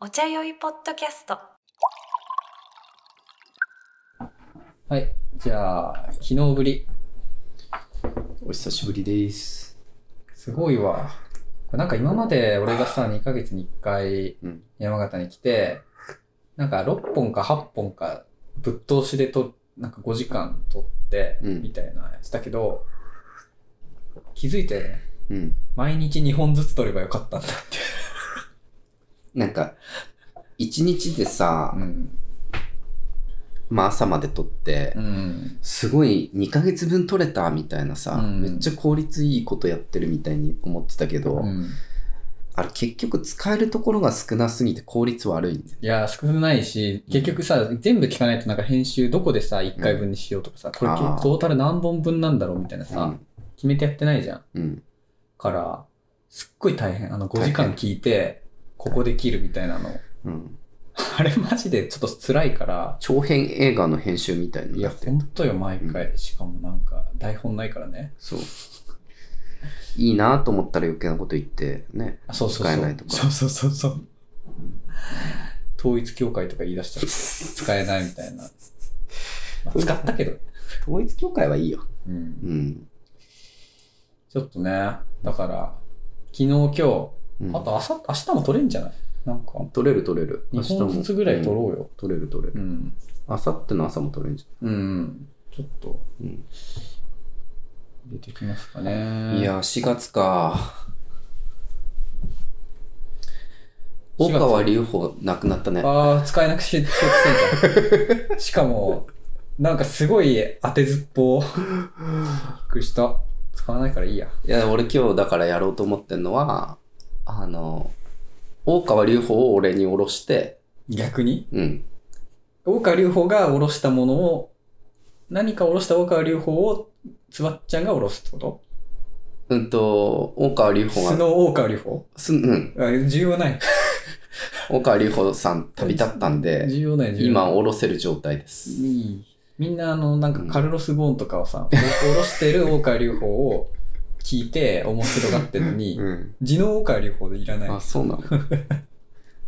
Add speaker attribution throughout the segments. Speaker 1: お茶酔いポッドキャスト
Speaker 2: はい。じゃあ、昨日ぶり。
Speaker 3: お久しぶりです。
Speaker 2: すごいわ。これなんか今まで俺がさ、2ヶ月に1回
Speaker 3: うん、
Speaker 2: 山形に来て、なんか6本か8本かぶっ通しでと、なんか5時間撮って、
Speaker 3: うん
Speaker 2: みたいなやつだけど、気づいてね、
Speaker 3: うん。
Speaker 2: 毎日2本ずつ撮ればよかったんだって。
Speaker 3: なんか、一日でさ、
Speaker 2: ん。
Speaker 3: まあ朝まで撮って、
Speaker 2: うん。
Speaker 3: すごい2ヶ月分撮れたみたいなさ、
Speaker 2: うん
Speaker 3: めっちゃ効率いいことやってるみたいに思ってたけ
Speaker 2: う
Speaker 3: ど、
Speaker 2: ん、
Speaker 3: あれ結局使えるところが少なすぎて効率悪いんだよ。
Speaker 2: いや、少ないし、結局さ、全部聞かないとなんか編集どこでさ、1回分にしようとかさ、これ結構
Speaker 3: あー
Speaker 2: トータル何本分なんだろうみたいなさ、決めてやってないじゃん。
Speaker 3: うん。うん。
Speaker 2: から、すっごい大変。あの、5時間聞いて、ここで切るみたいなの。
Speaker 3: うん。
Speaker 2: あれマジでちょっと辛いから、
Speaker 3: 長編映画の編集みたいに
Speaker 2: い
Speaker 3: な
Speaker 2: や、
Speaker 3: って
Speaker 2: ほんとよ、毎回。しかもなんか、台本ないからね。
Speaker 3: そう。いいなと思ったら余計なこと言ってね。
Speaker 2: あそうそう
Speaker 3: 使え
Speaker 2: そ
Speaker 3: ないうと。か
Speaker 2: そうそうそうそう。統一協会とか言い出したら使えないみたいな。まあ使ったけど。
Speaker 3: 統一協会はいいよ。
Speaker 2: うん
Speaker 3: う。ん。
Speaker 2: ちょっとね、だから、昨日、今日、
Speaker 3: うん
Speaker 2: あと明日、明日も取れんじゃないなんか、
Speaker 3: 撮れる撮れる。明日
Speaker 2: 2
Speaker 3: も
Speaker 2: 本ずつぐらい取
Speaker 3: うん
Speaker 2: ろうよ。
Speaker 3: 撮れる撮れる。
Speaker 2: うん。
Speaker 3: あさっての朝も撮れるんじ
Speaker 2: うん。ちょっと、
Speaker 3: ゃん。
Speaker 2: 出てきますかね。
Speaker 3: い、や、4月か。
Speaker 2: 4
Speaker 3: 大
Speaker 2: 月
Speaker 3: 川隆法亡くなったね。
Speaker 2: ああ、使えなくし、しじゃ ん。しかも、なんかすごい当てずっぽう。びっくりした。使わないからいいや。
Speaker 3: いや、俺今日だからやろうと思ってんのは、あの、大川隆法を俺に下ろして、
Speaker 2: 逆に
Speaker 3: うん。
Speaker 2: 大川隆法が下ろしたものを、何か下ろした大川隆法を、つばっちゃんが下ろすってこと
Speaker 3: うんと、大川隆法
Speaker 2: 素
Speaker 3: が、
Speaker 2: の大川隆法
Speaker 3: すうん、
Speaker 2: あ重要ない。
Speaker 3: 大川隆法さん旅立ったんで、
Speaker 2: 重要ない、重要
Speaker 3: 今
Speaker 2: ない。
Speaker 3: 下ろせる状態です。
Speaker 2: いい。みんな、あの、なんかカルロス・ゴーンとかを さ、下ろしてる大川隆法を聞いて面白がってるのに、
Speaker 3: ん。
Speaker 2: 地の大川隆法でいらない。
Speaker 3: あ、そ うなの。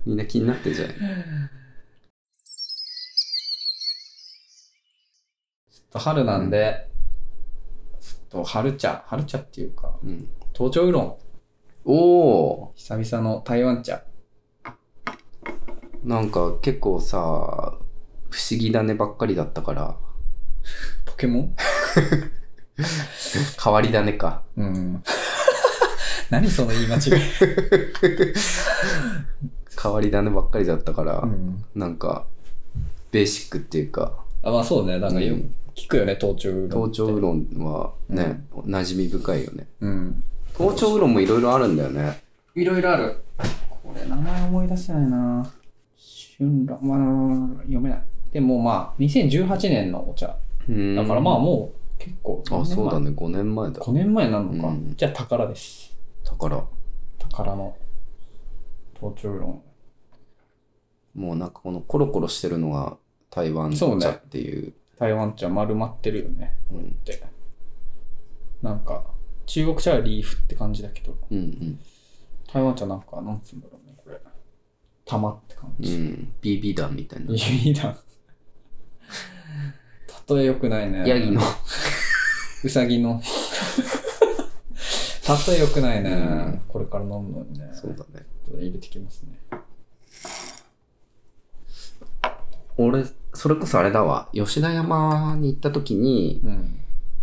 Speaker 3: みんな気になってんじゃない
Speaker 2: ちょっと春なんで、ちょっと春茶、春茶っていうか、
Speaker 3: うん。
Speaker 2: 東京ウーロン、
Speaker 3: お
Speaker 2: 久々の台湾茶。
Speaker 3: ー、なんか結構さ、不思議種ばっかりだったから、
Speaker 2: ポケモン
Speaker 3: 変わり種か。
Speaker 2: うん。 何その言い間違い。
Speaker 3: 変わり種ばっかりだったから、
Speaker 2: ん、
Speaker 3: なんかベーシックっていうか
Speaker 2: あ、まあそうね、なんかよ、
Speaker 3: うん
Speaker 2: 聞くよね、東京ウーロンって。
Speaker 3: 頭頂ウーロンはね、馴染み深いよね
Speaker 2: うん。
Speaker 3: 頭頂ウーロンもいろいろあるんだよね
Speaker 2: いろいろある。これ、名前思い出せないな春蘭、まあ、読めない。でもまあ、2018年のお茶。だ
Speaker 3: だ
Speaker 2: からまあもう、結構。
Speaker 3: あそうだ
Speaker 2: ね。
Speaker 3: ね5年前だ
Speaker 2: 5年前になるのか。
Speaker 3: うん
Speaker 2: じゃあ、宝です。
Speaker 3: 宝
Speaker 2: 宝の東京論
Speaker 3: もうなんかこのコロコロしてるのが台湾
Speaker 2: そうね
Speaker 3: 茶っていう
Speaker 2: 台湾茶丸まってるよね
Speaker 3: う,、
Speaker 2: ってなんか中国茶はリーフって感じだけど
Speaker 3: ん、うん
Speaker 2: 台湾茶なんかなんつうんだろうねこれ玉って感
Speaker 3: うんう
Speaker 2: じ、
Speaker 3: ん BB 弾みたいない
Speaker 2: いな 例えよくないね
Speaker 3: ヤギの
Speaker 2: うさぎの例えよくないね、
Speaker 3: うん
Speaker 2: これから飲むのにね
Speaker 3: そうだね
Speaker 2: ちょっと入れてきますね
Speaker 3: 俺それこそあれだわ吉田山に行った時に
Speaker 2: うん、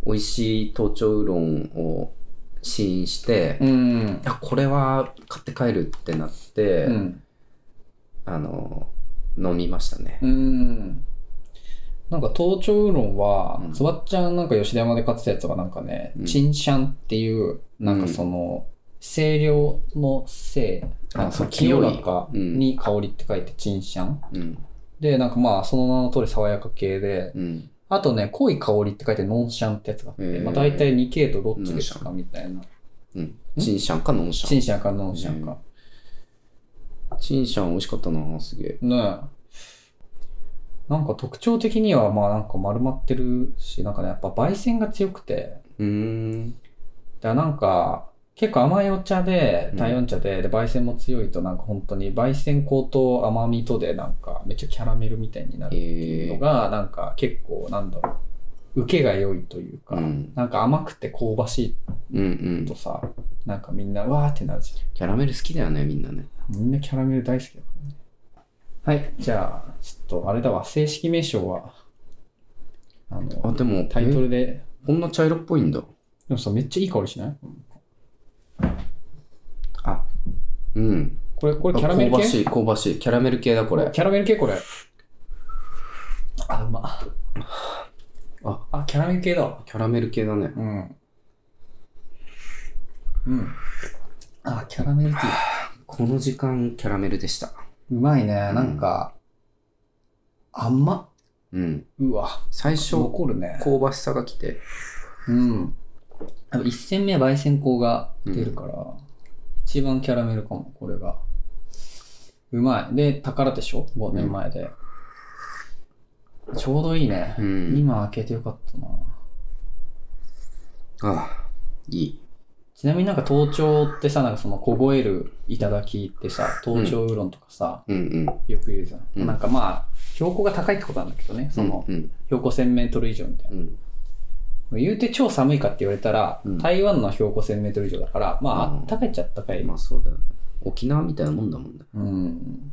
Speaker 3: 美味しい頭頂ウーロンを試飲して、
Speaker 2: うん
Speaker 3: いやこれは買って帰るってなって、
Speaker 2: うん
Speaker 3: あの飲みましたね
Speaker 2: う、ん。なんか、頭頂ウーロンは
Speaker 3: う、ん
Speaker 2: つばっちゃんなんか吉田山で買ってたやつがなんかね、
Speaker 3: うん
Speaker 2: チンシャンっていう、なんかその、清涼の清、なんかその清らかに香りって書いてチンシャン。
Speaker 3: うん
Speaker 2: で、なんかまあ、その名の通り爽やか系で、
Speaker 3: うん、
Speaker 2: あとね、濃い香りって書いてノンシャンってやつがあって、
Speaker 3: へー
Speaker 2: まあ大体2系とどっちですかみたいな。
Speaker 3: うん、チンシャンかノンシ
Speaker 2: チ
Speaker 3: ャン
Speaker 2: ンシャンかノンシャンか。
Speaker 3: チンシャン美味しかったなすげえ
Speaker 2: ねえ。なんか特徴的には、まあなんか丸まってるし、なんかね、やっぱ焙煎が強くて、
Speaker 3: うーん
Speaker 2: だからなんか、結構甘いお茶で、体温茶で、で、焙煎も強いと、なんか本当に、焙煎香と甘みとで、なんか、めっちゃキャラメルみたいになる
Speaker 3: え
Speaker 2: の
Speaker 3: ー
Speaker 2: が、なんか結構、なんだろう、受けが良いというか、
Speaker 3: うん
Speaker 2: なんか甘くて香ばし
Speaker 3: うんう
Speaker 2: い
Speaker 3: ん
Speaker 2: と。さ、なんかみんな、わーってなるじ
Speaker 3: キャラメル好きだよね、みんなね。
Speaker 2: ゃん。みんなキャラメル大好きだからね。はい、じゃあ、ちょっと、あれだわ、正式名称は、あ
Speaker 3: あ、
Speaker 2: の、
Speaker 3: でも、
Speaker 2: タイト
Speaker 3: え
Speaker 2: ルで、
Speaker 3: こんな茶色っぽいんだ。
Speaker 2: でもさ、めっちゃいい香りしない
Speaker 3: あ、うん。
Speaker 2: これ、これ
Speaker 3: あ
Speaker 2: キャラメル
Speaker 3: 香ば
Speaker 2: 系
Speaker 3: しい、香ばしい。キャラメル系だ、これ。
Speaker 2: キャラメル系これ。あ、うま。
Speaker 3: あ、
Speaker 2: あ、キャラメル系だ。
Speaker 3: キャラメル系だね。
Speaker 2: うん。うん。あ、キャラメルティー。
Speaker 3: この時間、キャラメルでした。
Speaker 2: うまいね。なんか、甘っ。
Speaker 3: うん。
Speaker 2: うわ。
Speaker 3: 最初、
Speaker 2: 残るね。
Speaker 3: 香ばしさが来て。
Speaker 2: うん。あの1戦目は焙煎香が出るから、一番キャラメルかも、これが。うまい。で、宝でしょ ?5 年前で。ちょうどいいね。
Speaker 3: うん
Speaker 2: 今開けてよかったな。
Speaker 3: ああ、いい。
Speaker 2: ちなみになんか盗聴ってさ、なんかその凍える頂きってさ、盗聴ウーロンとかさ、
Speaker 3: うんうん。
Speaker 2: よく言うじゃん,、
Speaker 3: うん
Speaker 2: なんかまあ、標高が高いってことなんだけどね、その、
Speaker 3: うん
Speaker 2: 標高1000メートル以上みたいな。
Speaker 3: うん。
Speaker 2: 言うて超寒いかって言われたら、
Speaker 3: うん
Speaker 2: 台湾の標高1000メートル以上だから、まあ、
Speaker 3: うん
Speaker 2: あったかいっちゃあったか
Speaker 3: う
Speaker 2: い。
Speaker 3: ん。まあそうだよね。沖縄みたいなもんだもんね。
Speaker 2: うん。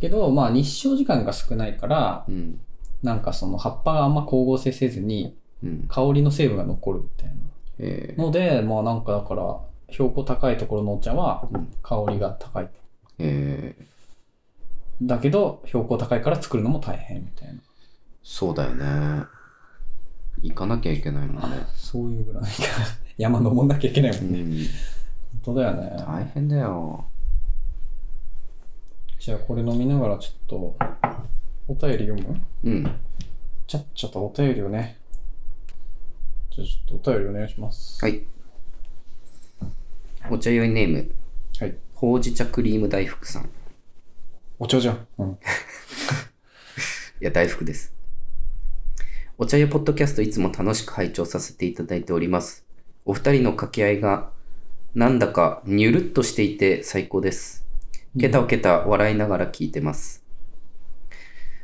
Speaker 2: けど、まあ、日照時間が少ないから、
Speaker 3: うん。
Speaker 2: なんかその葉っぱがあんま光合成せずに、
Speaker 3: うん。
Speaker 2: 香りの成分が残るみたいな。
Speaker 3: えー、
Speaker 2: ので、まあなんかだから、標高高いところのお茶は
Speaker 3: うん
Speaker 2: 香りが高い。
Speaker 3: えー、
Speaker 2: だけど、標高高いから作るのも大変みたいな。
Speaker 3: そうだよね。行かなきゃいけないもんね。
Speaker 2: そういうぐらいか。山登んなきゃいけないも
Speaker 3: うん
Speaker 2: ね。
Speaker 3: ん。
Speaker 2: 本当だよね。
Speaker 3: 大変だよ。
Speaker 2: じゃあこれ飲みながらちょっと、お便り読む
Speaker 3: うん。
Speaker 2: ちゃっちゃとお便りをね。じゃあちょっとお便りお願いします。
Speaker 3: はい。お茶酔いネーム、
Speaker 2: はい。
Speaker 3: ほうじ茶クリーム大福さん。い
Speaker 2: お茶じゃん。うん。
Speaker 3: や、大福です。お茶湯ポッドキャストいつも楽しく拝聴させていただいております。お二人の掛け合いが、なんだかにゅるっとしていて最高です。ケタケタ笑いながら聞いてます。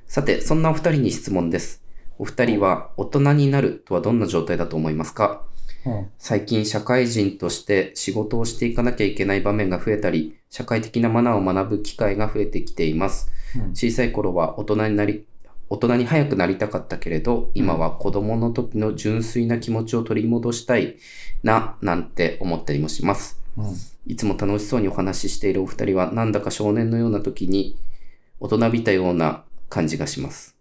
Speaker 3: さて、そんなお二人に質問です。お二人は大人になるとはどんな状態だと思いますか
Speaker 2: うん。
Speaker 3: 最近社会人として仕事をしていかなきゃいけない場面が増えたり、社会的なマナーを学ぶ機会が増えてきています。
Speaker 2: うん
Speaker 3: 小さい頃は大人になり、大人に早くなりたかったけれど、今は子供の時の純粋な気持ちを取り戻したいな、なんて思ったりもします。
Speaker 2: うん。
Speaker 3: いつも楽しそうにお話ししているお二人は、なんだか少年のような時に、大人びたような感じがします。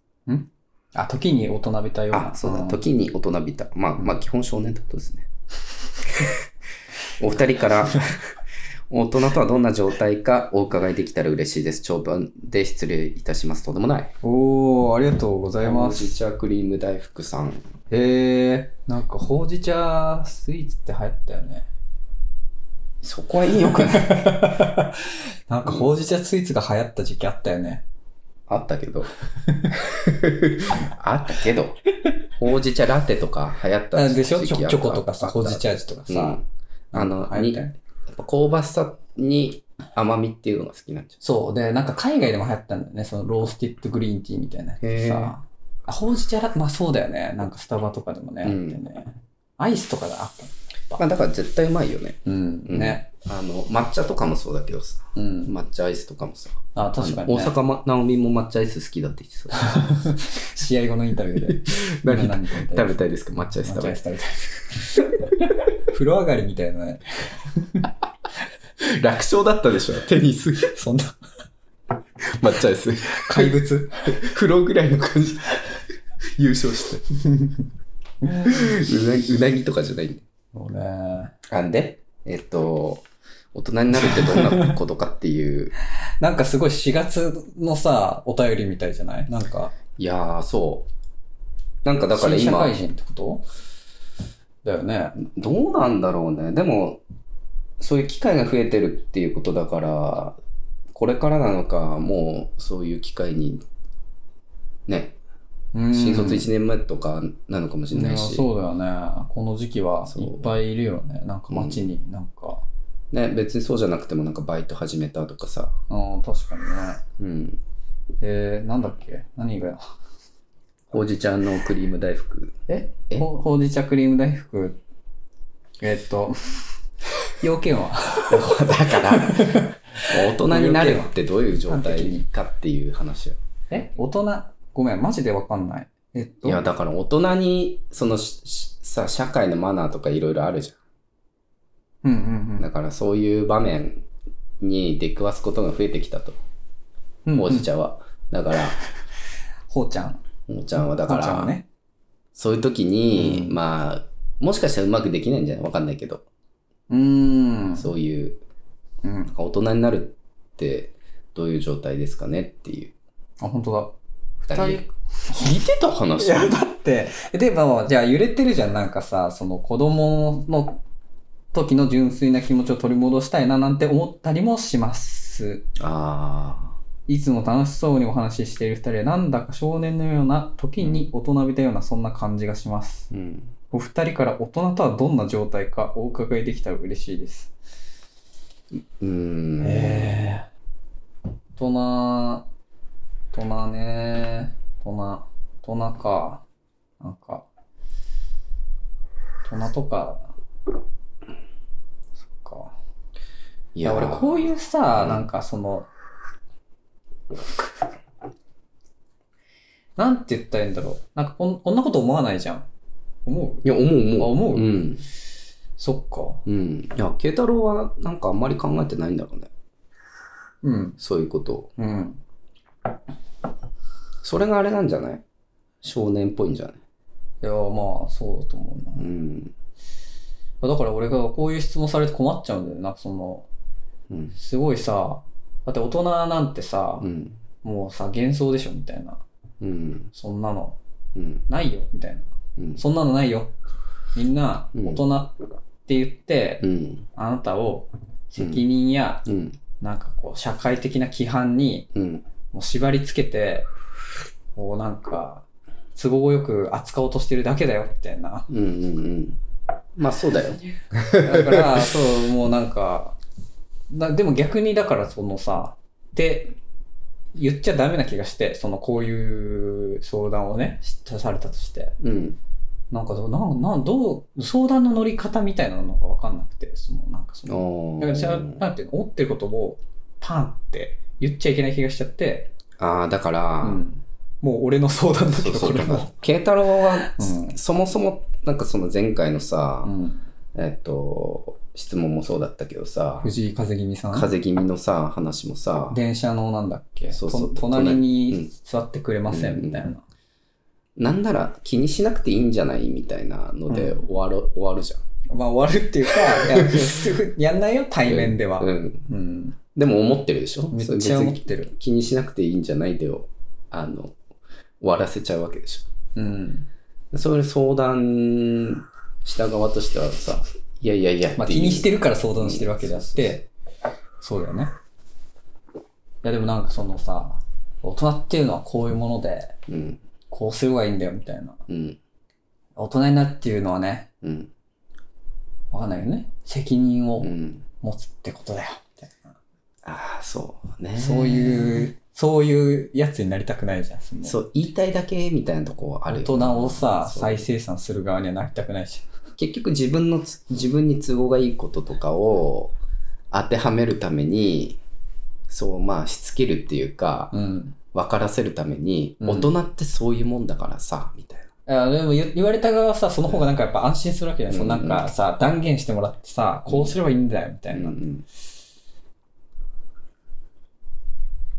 Speaker 2: あ、時に大人びたような。
Speaker 3: あ、そうだ、
Speaker 2: ん。
Speaker 3: 時に大人びた。まあ、まあ、基本少年ってことですね。 お二 人から、大人とはどんな状態かお伺いできたら嬉しいです。長文で失礼いたします。とんでもない。
Speaker 2: おー、ありがとうござい
Speaker 3: ほ
Speaker 2: ま
Speaker 3: う
Speaker 2: す。
Speaker 3: じ茶クリーム大福さん。
Speaker 2: へえー、なんかほうじ茶スイーツって流行ったよ ね。
Speaker 3: そこはいいよ くない
Speaker 2: なんかほうじ茶スイーツが流行った時期あったよね。
Speaker 3: あったけど。 あったけど。ほうじ茶ラテとか流行った
Speaker 2: あでしょ
Speaker 3: 時
Speaker 2: チ
Speaker 3: 期あっ
Speaker 2: ョ
Speaker 3: た
Speaker 2: チョコとかさ、ほうじ茶味とか
Speaker 3: う
Speaker 2: さ
Speaker 3: ん。あの、
Speaker 2: 流行っ
Speaker 3: に
Speaker 2: た
Speaker 3: や
Speaker 2: よ
Speaker 3: っ
Speaker 2: ね
Speaker 3: ぱ香ばしさに甘みっていうのが好きなんじ
Speaker 2: そう。で、なんか海外でも流行ったんだよね。そのロースティッドグリーンティーみたいなやつ
Speaker 3: へ
Speaker 2: さ。あほうじ茶ラまあそうだよね。なんかスタバとかでもね、あっ
Speaker 3: う
Speaker 2: て
Speaker 3: ん
Speaker 2: ね。アイスとかがあった。
Speaker 3: ゃん。まあだから絶対うまいよね。
Speaker 2: うん。
Speaker 3: うん
Speaker 2: ね。
Speaker 3: あの、抹茶とかもそうだけどさ、
Speaker 2: うん。
Speaker 3: 抹茶アイスとかもさ、
Speaker 2: あ、確かに、ね。
Speaker 3: あの大阪ま直美も抹茶アイス好きだって言って た。
Speaker 2: 試合後のインタビュ ーで。
Speaker 3: 何
Speaker 2: 今食べ
Speaker 3: 食べたいですか抹茶アイス
Speaker 2: 抹
Speaker 3: 食
Speaker 2: 茶ア
Speaker 3: べ
Speaker 2: イ
Speaker 3: た
Speaker 2: ス食べたい。風呂上がりみたいなね。
Speaker 3: い。楽勝だったでしょテニス、
Speaker 2: そんな
Speaker 3: 抹茶アイス。
Speaker 2: 怪物。
Speaker 3: 風呂ぐらいの感じ。 優勝して。うなうなぎとかじゃないんだよ
Speaker 2: そうね。
Speaker 3: あんで、えっと、大人になるってどんなことかっていう。
Speaker 2: なんかすごい4月のさ、お便りみたいじゃないなんか、
Speaker 3: いやー、そう。なんかだから
Speaker 2: 新社
Speaker 3: 今、
Speaker 2: 会人ってことだよね。
Speaker 3: どうなんだろうね。でも、そういう機会が増えてるっていうことだから、これからなのか、もうそういう機会に、ね、
Speaker 2: うん
Speaker 3: 新卒1年目とかなのかもしれな
Speaker 2: い
Speaker 3: い
Speaker 2: や
Speaker 3: し、
Speaker 2: そうだよね。この時期は
Speaker 3: そう
Speaker 2: いっぱいいるよね。なんか街に、なんか、
Speaker 3: ね、別にそうじゃなくてもなんかバイト始めたとかさ。
Speaker 2: ああ、確かにね。
Speaker 3: うん。
Speaker 2: えー、なんだっけ何が
Speaker 3: ほうじ茶のクリーム大福。
Speaker 2: え
Speaker 3: え
Speaker 2: ほほうじ茶クリーム大福。えーっと、 要件は
Speaker 3: だから、 もう大人になるってどういう状態かっていう話よ。
Speaker 2: え大人ごめん、マジでわかんない。えっと、
Speaker 3: いや、だから大人に、そのししさ、社会のマナーとかいろいろあるじ
Speaker 2: うんう
Speaker 3: ゃん。
Speaker 2: ん
Speaker 3: だからそういう場面に出くわすことが増えてきたと。
Speaker 2: うん。
Speaker 3: ほうじ
Speaker 2: ゃん。
Speaker 3: 茶は。だから、
Speaker 2: ほうちゃん。
Speaker 3: ほうちゃんはだ
Speaker 2: ほ
Speaker 3: か
Speaker 2: うちゃんは
Speaker 3: ら、
Speaker 2: ね。
Speaker 3: そういう時に、
Speaker 2: うん
Speaker 3: まあ、もしかしたらうまくできないんじゃないわかんないけど、
Speaker 2: うーん。
Speaker 3: そういう、
Speaker 2: うん。
Speaker 3: 大人になるってどういう状態ですかねっていう。
Speaker 2: あ、本当だ。
Speaker 3: 二
Speaker 2: 人
Speaker 3: で聞いてた話
Speaker 2: いや、だって、でも、じゃあ揺れてるじゃん。なんかさ、その子供の時の純粋な気持ちを取り戻したいななんて思ったりもします。
Speaker 3: あ
Speaker 2: いつも楽しそうにお話ししている二人はなんだか少年のような時に大人びたようなそんな感じがします。
Speaker 3: あ、うん。
Speaker 2: お二人から大人とはどんな状態かお伺いできたら嬉しいです。
Speaker 3: うーん。
Speaker 2: えー、大人、大人ね、大人、大人か。なんか、大人とか、そっか。
Speaker 3: い
Speaker 2: いや、
Speaker 3: や、
Speaker 2: 俺こういう
Speaker 3: う
Speaker 2: さ、
Speaker 3: ん
Speaker 2: なんかその、なんて言ったらいいんだろう。なんかこんこんなこと思わないじゃん。思う
Speaker 3: いや、思う思う。。
Speaker 2: あ思うんそっか。
Speaker 3: うん。いや、慶太郎はなんかあんまり考えてないんだろうね。
Speaker 2: うん。
Speaker 3: そういうことを
Speaker 2: うん。
Speaker 3: それがあれなんじゃない少年っぽいんじゃない
Speaker 2: いや、まあ、そうだと思うな。
Speaker 3: うん。
Speaker 2: だから俺がこういう質問されて困っちゃうんだよ。なんかその、
Speaker 3: うん。
Speaker 2: すごいさ、だって大人なんてさ、
Speaker 3: うん。
Speaker 2: もうさ、幻想でしょみたいな。
Speaker 3: うん。
Speaker 2: そんなの、
Speaker 3: うん。
Speaker 2: ないよみたいな。
Speaker 3: うん。
Speaker 2: そんなのないよ。みんな、
Speaker 3: うん
Speaker 2: 大人って言って、
Speaker 3: うん。
Speaker 2: あなたを責任や、
Speaker 3: うん。
Speaker 2: なんかこう、社会的な規範に、
Speaker 3: うん。
Speaker 2: もう縛り付けて、こうなんか、都合よく扱おうとしてるだけだよ、みたいな。
Speaker 3: うん。うん。まあ、そうだよ。
Speaker 2: だから、そう、もうなんか、なでも逆にだからそのさ、って言っちゃダメな気がして、そのこういう相談をね、しされたとして。
Speaker 3: うん。
Speaker 2: なんかどう、なんなんどう、相談の乗り方みたいなのがわかんなくて、そのなんかそ
Speaker 3: あ
Speaker 2: の、だからじゃあ
Speaker 3: ー
Speaker 2: なんていうの、思ってることをパンって言っちゃいけない気がしちゃって、
Speaker 3: あー、だから、
Speaker 2: うんもう俺の相談だ
Speaker 3: そ
Speaker 2: け
Speaker 3: う
Speaker 2: ど、
Speaker 3: そ
Speaker 2: こ
Speaker 3: う。
Speaker 2: れ
Speaker 3: だから
Speaker 2: も。、
Speaker 3: 慶太郎は、
Speaker 2: うん
Speaker 3: そもそも、なんかその前回のさ、
Speaker 2: うん
Speaker 3: えっと、質問もそうだったけどさ、
Speaker 2: 藤井風気味さん。
Speaker 3: 風邪気味のさ、話もさ、
Speaker 2: 電車のなんだっけ
Speaker 3: そうそう
Speaker 2: と
Speaker 3: 隣
Speaker 2: 隣
Speaker 3: うん
Speaker 2: に座ってくれません、みたいな、
Speaker 3: なんなら気にしなくていいんじゃないみたいなので
Speaker 2: う
Speaker 3: 終わる、終わるじゃん。
Speaker 2: まあ終わるっていうか いやすぐやんないよ対面では
Speaker 3: うんうん。
Speaker 2: うん、
Speaker 3: でも思ってるでしょ
Speaker 2: めっちゃ思っ
Speaker 3: そ
Speaker 2: てる
Speaker 3: う気にしなくていいんじゃないでを、あの、終わらせちゃうわけでし
Speaker 2: うん
Speaker 3: ょ。それ相談した側としてはさ、いやいやいや
Speaker 2: まあ、気にして
Speaker 3: る。
Speaker 2: るから相談してるわけであってそうだよねいやでもなんかそのさ大人っていうのはこういうもので
Speaker 3: うん。
Speaker 2: こうすればいいんだよみたいな
Speaker 3: うん。
Speaker 2: 大人になるっていうのはね
Speaker 3: うん。
Speaker 2: わかんないよね責任を
Speaker 3: うん。
Speaker 2: 持つってことだよみたいな、
Speaker 3: ああ、そうね。。
Speaker 2: そういううそういうやつになりたくないじゃんその
Speaker 3: そう、言いたいだけみたいなとこはある
Speaker 2: 大
Speaker 3: よ
Speaker 2: 人をさ、
Speaker 3: そう
Speaker 2: 再生産する側にはなりたくないし。
Speaker 3: 結局自分のつ自分に都合がいいこととかを当てはめるためにそうまあしつけるっていうか、
Speaker 2: うん。
Speaker 3: 分からせるために、
Speaker 2: うん
Speaker 3: 大人ってそういうもんだからさみたい
Speaker 2: いやでも言言われた側はさ、その方がなんかやっぱ安心するわけじゃない、
Speaker 3: うん
Speaker 2: そのなんかさ、断言してもらってさ、こうすればいいんだよ、みた
Speaker 3: な、
Speaker 2: いな。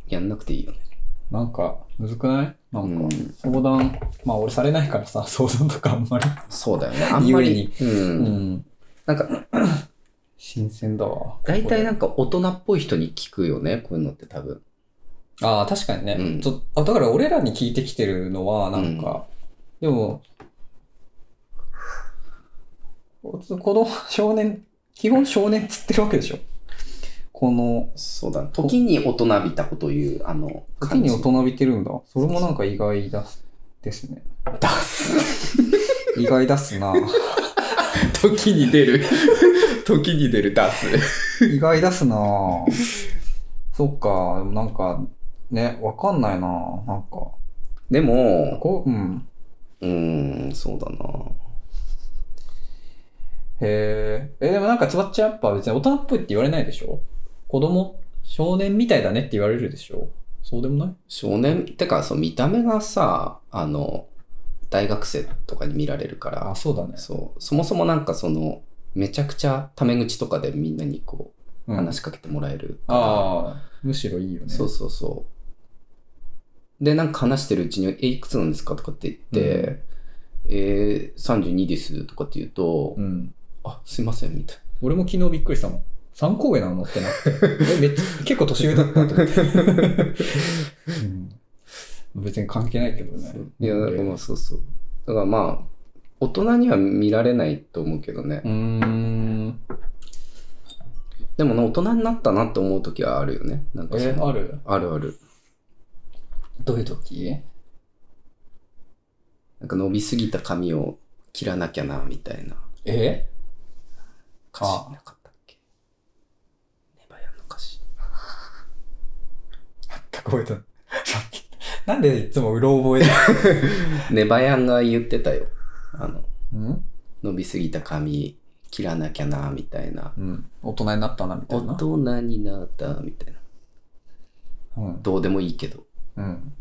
Speaker 3: やんなくていいよね
Speaker 2: なんか、むずくないなんか、
Speaker 3: うん
Speaker 2: 相談、まあ俺されないからさ、 相談とかあんまり。
Speaker 3: そうだよねあんまり、うん
Speaker 2: うん。
Speaker 3: なんか
Speaker 2: 新鮮だわ。
Speaker 3: 大体なん
Speaker 2: か。
Speaker 3: か大人っぽい人に聞くよねこういうのって多分
Speaker 2: ああ、確かにね、
Speaker 3: うん
Speaker 2: ちょあ。だから俺らに聞いてきてるのは、なんか、でも、この少年、基本少年っつってるわけでしょ。この、
Speaker 3: そうだ時に大人びたことを言うあの
Speaker 2: 時に大
Speaker 3: 人
Speaker 2: 人びてるんだ。それもなんか意外だですね。
Speaker 3: 出 す
Speaker 2: 意外だっすな。
Speaker 3: 時に出る 時に出るダンス。
Speaker 2: 意外出すなぁ。そっか、でもなんか、ね、わかんないなぁ。なんか、
Speaker 3: でも、
Speaker 2: こう、うん。
Speaker 3: うーん、そうだな。
Speaker 2: へえ。え、でもなんか、つばっちゃんやっぱ別に大人っぽいって言われないでしょ子供、少年みたいだねって言われるでしょそうでもない
Speaker 3: 少年、てか、そう、見た目がさ、あの、大学生とかに見られるから
Speaker 2: あ、、そうだね。
Speaker 3: そう、そもそもなんかその、めちゃくちゃタメ口とかでみんなにこう、
Speaker 2: うん
Speaker 3: 話しかけてもらえるから、
Speaker 2: ああ、むしろいいよね。
Speaker 3: そうそうそう。で、なんか話してるうちに、え、いくつなんですかとかって言って、えー、32ですとかって言うと、
Speaker 2: うん。
Speaker 3: あ、すいません、みたい
Speaker 2: 俺も昨日びっくりしたもん。三個上なのってなって。え、めっちゃ、結構年上だったと思って。うん別に関係ないけど
Speaker 3: な。
Speaker 2: ね。
Speaker 3: いや、だからまあそうそう。だからまあ、大人には見られないと思うけどね。
Speaker 2: うーん。
Speaker 3: でもね、大人になったなって思う時はあるよね。なんかそ
Speaker 2: え、
Speaker 3: の
Speaker 2: ある
Speaker 3: あるある。
Speaker 2: どういう時
Speaker 3: なんか伸びすぎた髪を切らなきゃな、みたいな。
Speaker 2: え
Speaker 3: 歌詞なかったっけネバヤンの歌詞。
Speaker 2: 全く覚えてない。なんでいつもうろ覚え
Speaker 3: ネバヤンが言ってたよ。あの、
Speaker 2: うん
Speaker 3: 伸びすぎた髪切らなきゃな、みたいな。
Speaker 2: うん。大人になったな、みた
Speaker 3: 大
Speaker 2: いな。
Speaker 3: 人になった、みたいな。
Speaker 2: うん。
Speaker 3: どうでもいいけど。
Speaker 2: うん。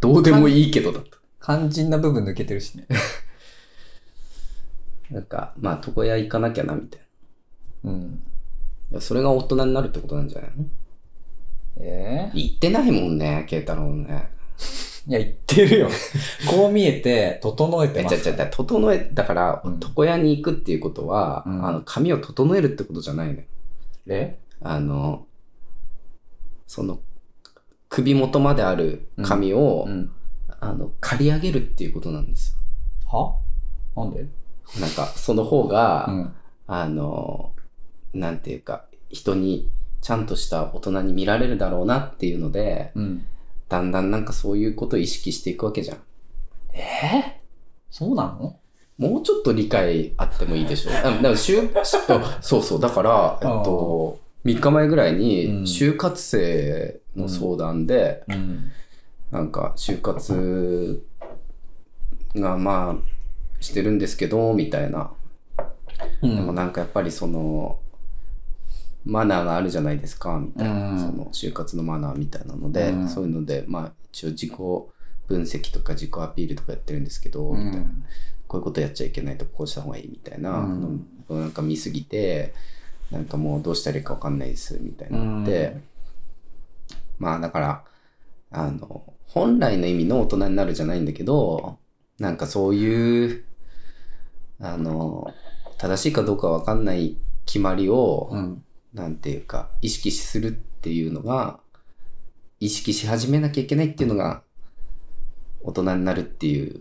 Speaker 3: どうでもいいけどだった。
Speaker 2: 肝心な部分抜けてるしね。
Speaker 3: なんか、まあ、床屋行かなきゃな、みたいな。
Speaker 2: うん。
Speaker 3: いやそれが大人になるってことなんじゃないの
Speaker 2: え
Speaker 3: 行ってないもんね、慶太郎ね。
Speaker 2: いや、言って るよ。こう見えて、整えて
Speaker 3: え、
Speaker 2: ま
Speaker 3: ち
Speaker 2: す。
Speaker 3: ゃちゃ、だから整え、だから、
Speaker 2: うん
Speaker 3: 床屋に行くっていうことは、
Speaker 2: うん
Speaker 3: あの、髪を整えるってことじゃないのよ。
Speaker 2: え
Speaker 3: あの、その、首元まである髪を、
Speaker 2: うん。
Speaker 3: あの、刈り上げるっていうことなんです
Speaker 2: はなんで
Speaker 3: よ。なんか、その方が、
Speaker 2: ん。
Speaker 3: あの、なんていうか、人に、ちゃんとした大人に見られるだろうなっていうので、
Speaker 2: うん。
Speaker 3: だんだんなんかそういうことを意識していくわけじゃん。
Speaker 2: えそうなの
Speaker 3: もうちょっと理解あってもいいでしょ。あだから就 そうそう、だから、えっと、3日前ぐら
Speaker 2: う
Speaker 3: い
Speaker 2: ん
Speaker 3: に、就活生の相談で、
Speaker 2: うん。
Speaker 3: なんか、就活が、まあ、してるんですけど、みたいな。
Speaker 2: う
Speaker 3: でも
Speaker 2: ん。
Speaker 3: なんかやっぱりその、マナーがあるじゃないですか、みたいな。
Speaker 2: うん
Speaker 3: その、就活のマナーみたいなので、
Speaker 2: うん
Speaker 3: そういうので、まあ、一応自己分析とか自己アピールとかやってるんですけど、
Speaker 2: う
Speaker 3: みたいな。
Speaker 2: ん。
Speaker 3: こういうことやっちゃいけないとこうした方がいいみたいな、
Speaker 2: うん
Speaker 3: のなんか見すぎてなんかもうどうしたらいいか分かんないですみたいになって、まあだからあの本来の意味の大人になるじゃないんだけどなんかそういうあの正しいかどうか分かんない決まりを、
Speaker 2: うん。
Speaker 3: なんていうか意識するっていうのが意識し始めなきゃいけないっていうのが大人になるっていう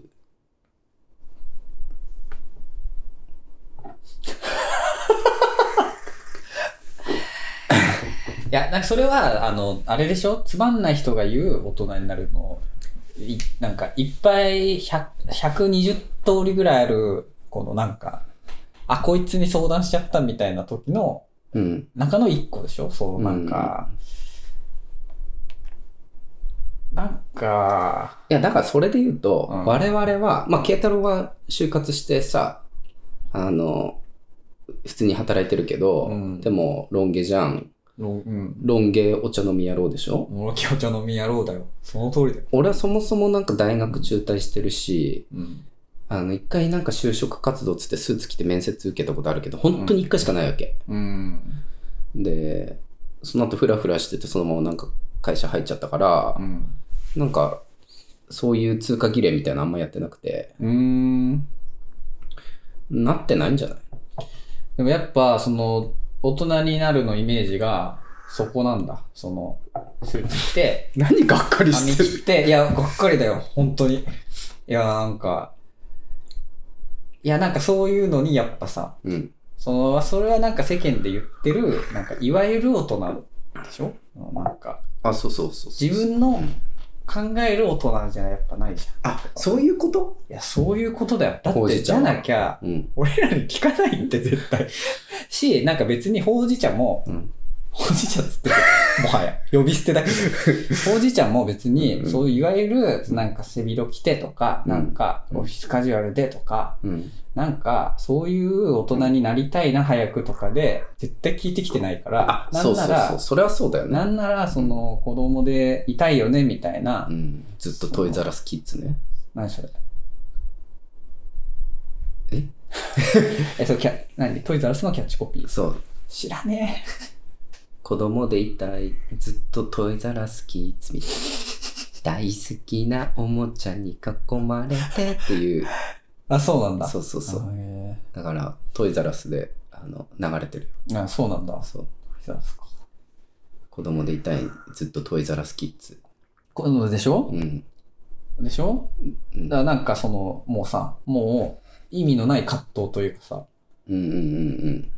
Speaker 2: いや、なんかそれは、あの、あれでしょつまんない人が言う大人になるの。いなんか、いっぱい100 120通りぐらいある、このなんか、あ、こいつに相談しちゃったみたいな時の
Speaker 3: うん
Speaker 2: 中の一個でしょそう、なんか、なんか、
Speaker 3: いや、だからそれで言うと、
Speaker 2: うん
Speaker 3: 我々は、まあ、慶太郎は就活してさ、あの、普通に働いてるけど、
Speaker 2: うん
Speaker 3: でも、ロン毛じゃん。
Speaker 2: うん。
Speaker 3: ロン毛お茶飲み野郎でしょ
Speaker 2: もろきお茶飲み野郎だよ。その通りだよ。
Speaker 3: 俺はそもそもなんか大学中退してるし、
Speaker 2: うん。
Speaker 3: あの、一回なんか就職活動っつってスーツ着て面接受けたことあるけど、本当に一回しかないわけ。
Speaker 2: うん。
Speaker 3: で、その後フラフラしてて、そのままなんか会社入っちゃったから
Speaker 2: う、ん。
Speaker 3: なんか、そういう通過儀礼みたいなのあんまやってなくて、
Speaker 2: うん。
Speaker 3: なってないんじゃない
Speaker 2: でもやっぱ、その、大人になるのイメージが、そこなんだ。その、スーツ着て、
Speaker 3: 何がっかり
Speaker 2: 髪
Speaker 3: してる
Speaker 2: 切って、いや、がっかりだよ。本当に。いや、なんか、いや、なんかそういうのにやっぱさ、
Speaker 3: うん。
Speaker 2: そのそれはなんか世間で言ってるなんかいわゆる大人でしょなんか
Speaker 3: あ、そうそうそうそう。
Speaker 2: 自分の考える大人じゃやっぱないじゃん。
Speaker 3: あ、そういうこと
Speaker 2: いや、そういうことだよ。だっ
Speaker 3: ほう
Speaker 2: て、
Speaker 3: じ
Speaker 2: じ
Speaker 3: 茶は
Speaker 2: ゃなきゃ、
Speaker 3: うん。
Speaker 2: 俺らに聞かないって絶 対。し、なんか別にほうじ茶も、
Speaker 3: うん。
Speaker 2: ほうじ茶っつってる、もはや、呼び捨てだけど、 ほうじ茶も別
Speaker 3: う
Speaker 2: に、
Speaker 3: ん
Speaker 2: そういわゆる、なんか背広着てとか、
Speaker 3: うん
Speaker 2: なんかオフィスカジュアルでとか、
Speaker 3: うん。
Speaker 2: なんかそういう大人になりたいな、早くとかで、絶対聞いてきてないから
Speaker 3: あ、、
Speaker 2: な
Speaker 3: そ
Speaker 2: ん
Speaker 3: う
Speaker 2: な
Speaker 3: そうそ
Speaker 2: ら
Speaker 3: う。、それはそうだよね。
Speaker 2: なんなら、その、子供でいたいよね、みたいな
Speaker 3: う、ん。ずっとトイザラスキッズね。
Speaker 2: 何それ。
Speaker 3: え
Speaker 2: え、そう、キャ、何トイザラスのキャッチコピー。
Speaker 3: そう。
Speaker 2: 知らね
Speaker 3: 子供でいたい、ずっとトイザラスキッズみたいな。 大好きなおもちゃに囲まれてっていう。
Speaker 2: え。あ、そうなんだ。
Speaker 3: そうそうそ
Speaker 2: あ
Speaker 3: う。
Speaker 2: へ
Speaker 3: だから、トイザラスで、あの、流れてるよ。
Speaker 2: えあ、そうなんだ。ト
Speaker 3: そう。
Speaker 2: イザラスか。
Speaker 3: 子供でいたい、ずっとトイザラスキッズ。
Speaker 2: このでしょ
Speaker 3: うん。
Speaker 2: でしょ
Speaker 3: うん
Speaker 2: だからなんかその、もうさ、もう意味のない葛藤というかさ、
Speaker 3: うんうんうん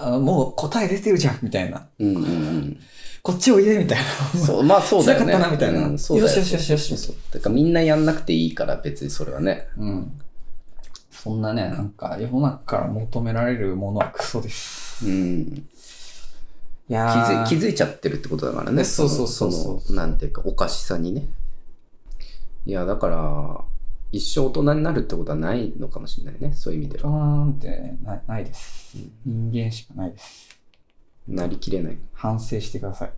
Speaker 2: あのもう答え出てるじゃんみたいな。
Speaker 3: うん。うんうんうん。
Speaker 2: こっちおいでみたいな。
Speaker 3: そう、まあそうだよね。
Speaker 2: 辛かったなみたいな
Speaker 3: うんそうだよ
Speaker 2: よしよしよしよし
Speaker 3: そうそうてかみんなやんなくていいから、別にそれはね。
Speaker 2: うん。そんなね、なんか世の中から求められるものはクソです。
Speaker 3: うん。
Speaker 2: い
Speaker 3: 気
Speaker 2: や
Speaker 3: づ気
Speaker 2: い
Speaker 3: づいちゃってるってことだからね。
Speaker 2: ねそうそうそう
Speaker 3: の
Speaker 2: そう
Speaker 3: そのなんていうか、おかしさにね。いや、だから、一生大人になるってことはないのかもしれないね。そういう意味で
Speaker 2: 大人
Speaker 3: は。
Speaker 2: なんてねないないです。人間しかないです。
Speaker 3: なりきれない。
Speaker 2: 反省してください。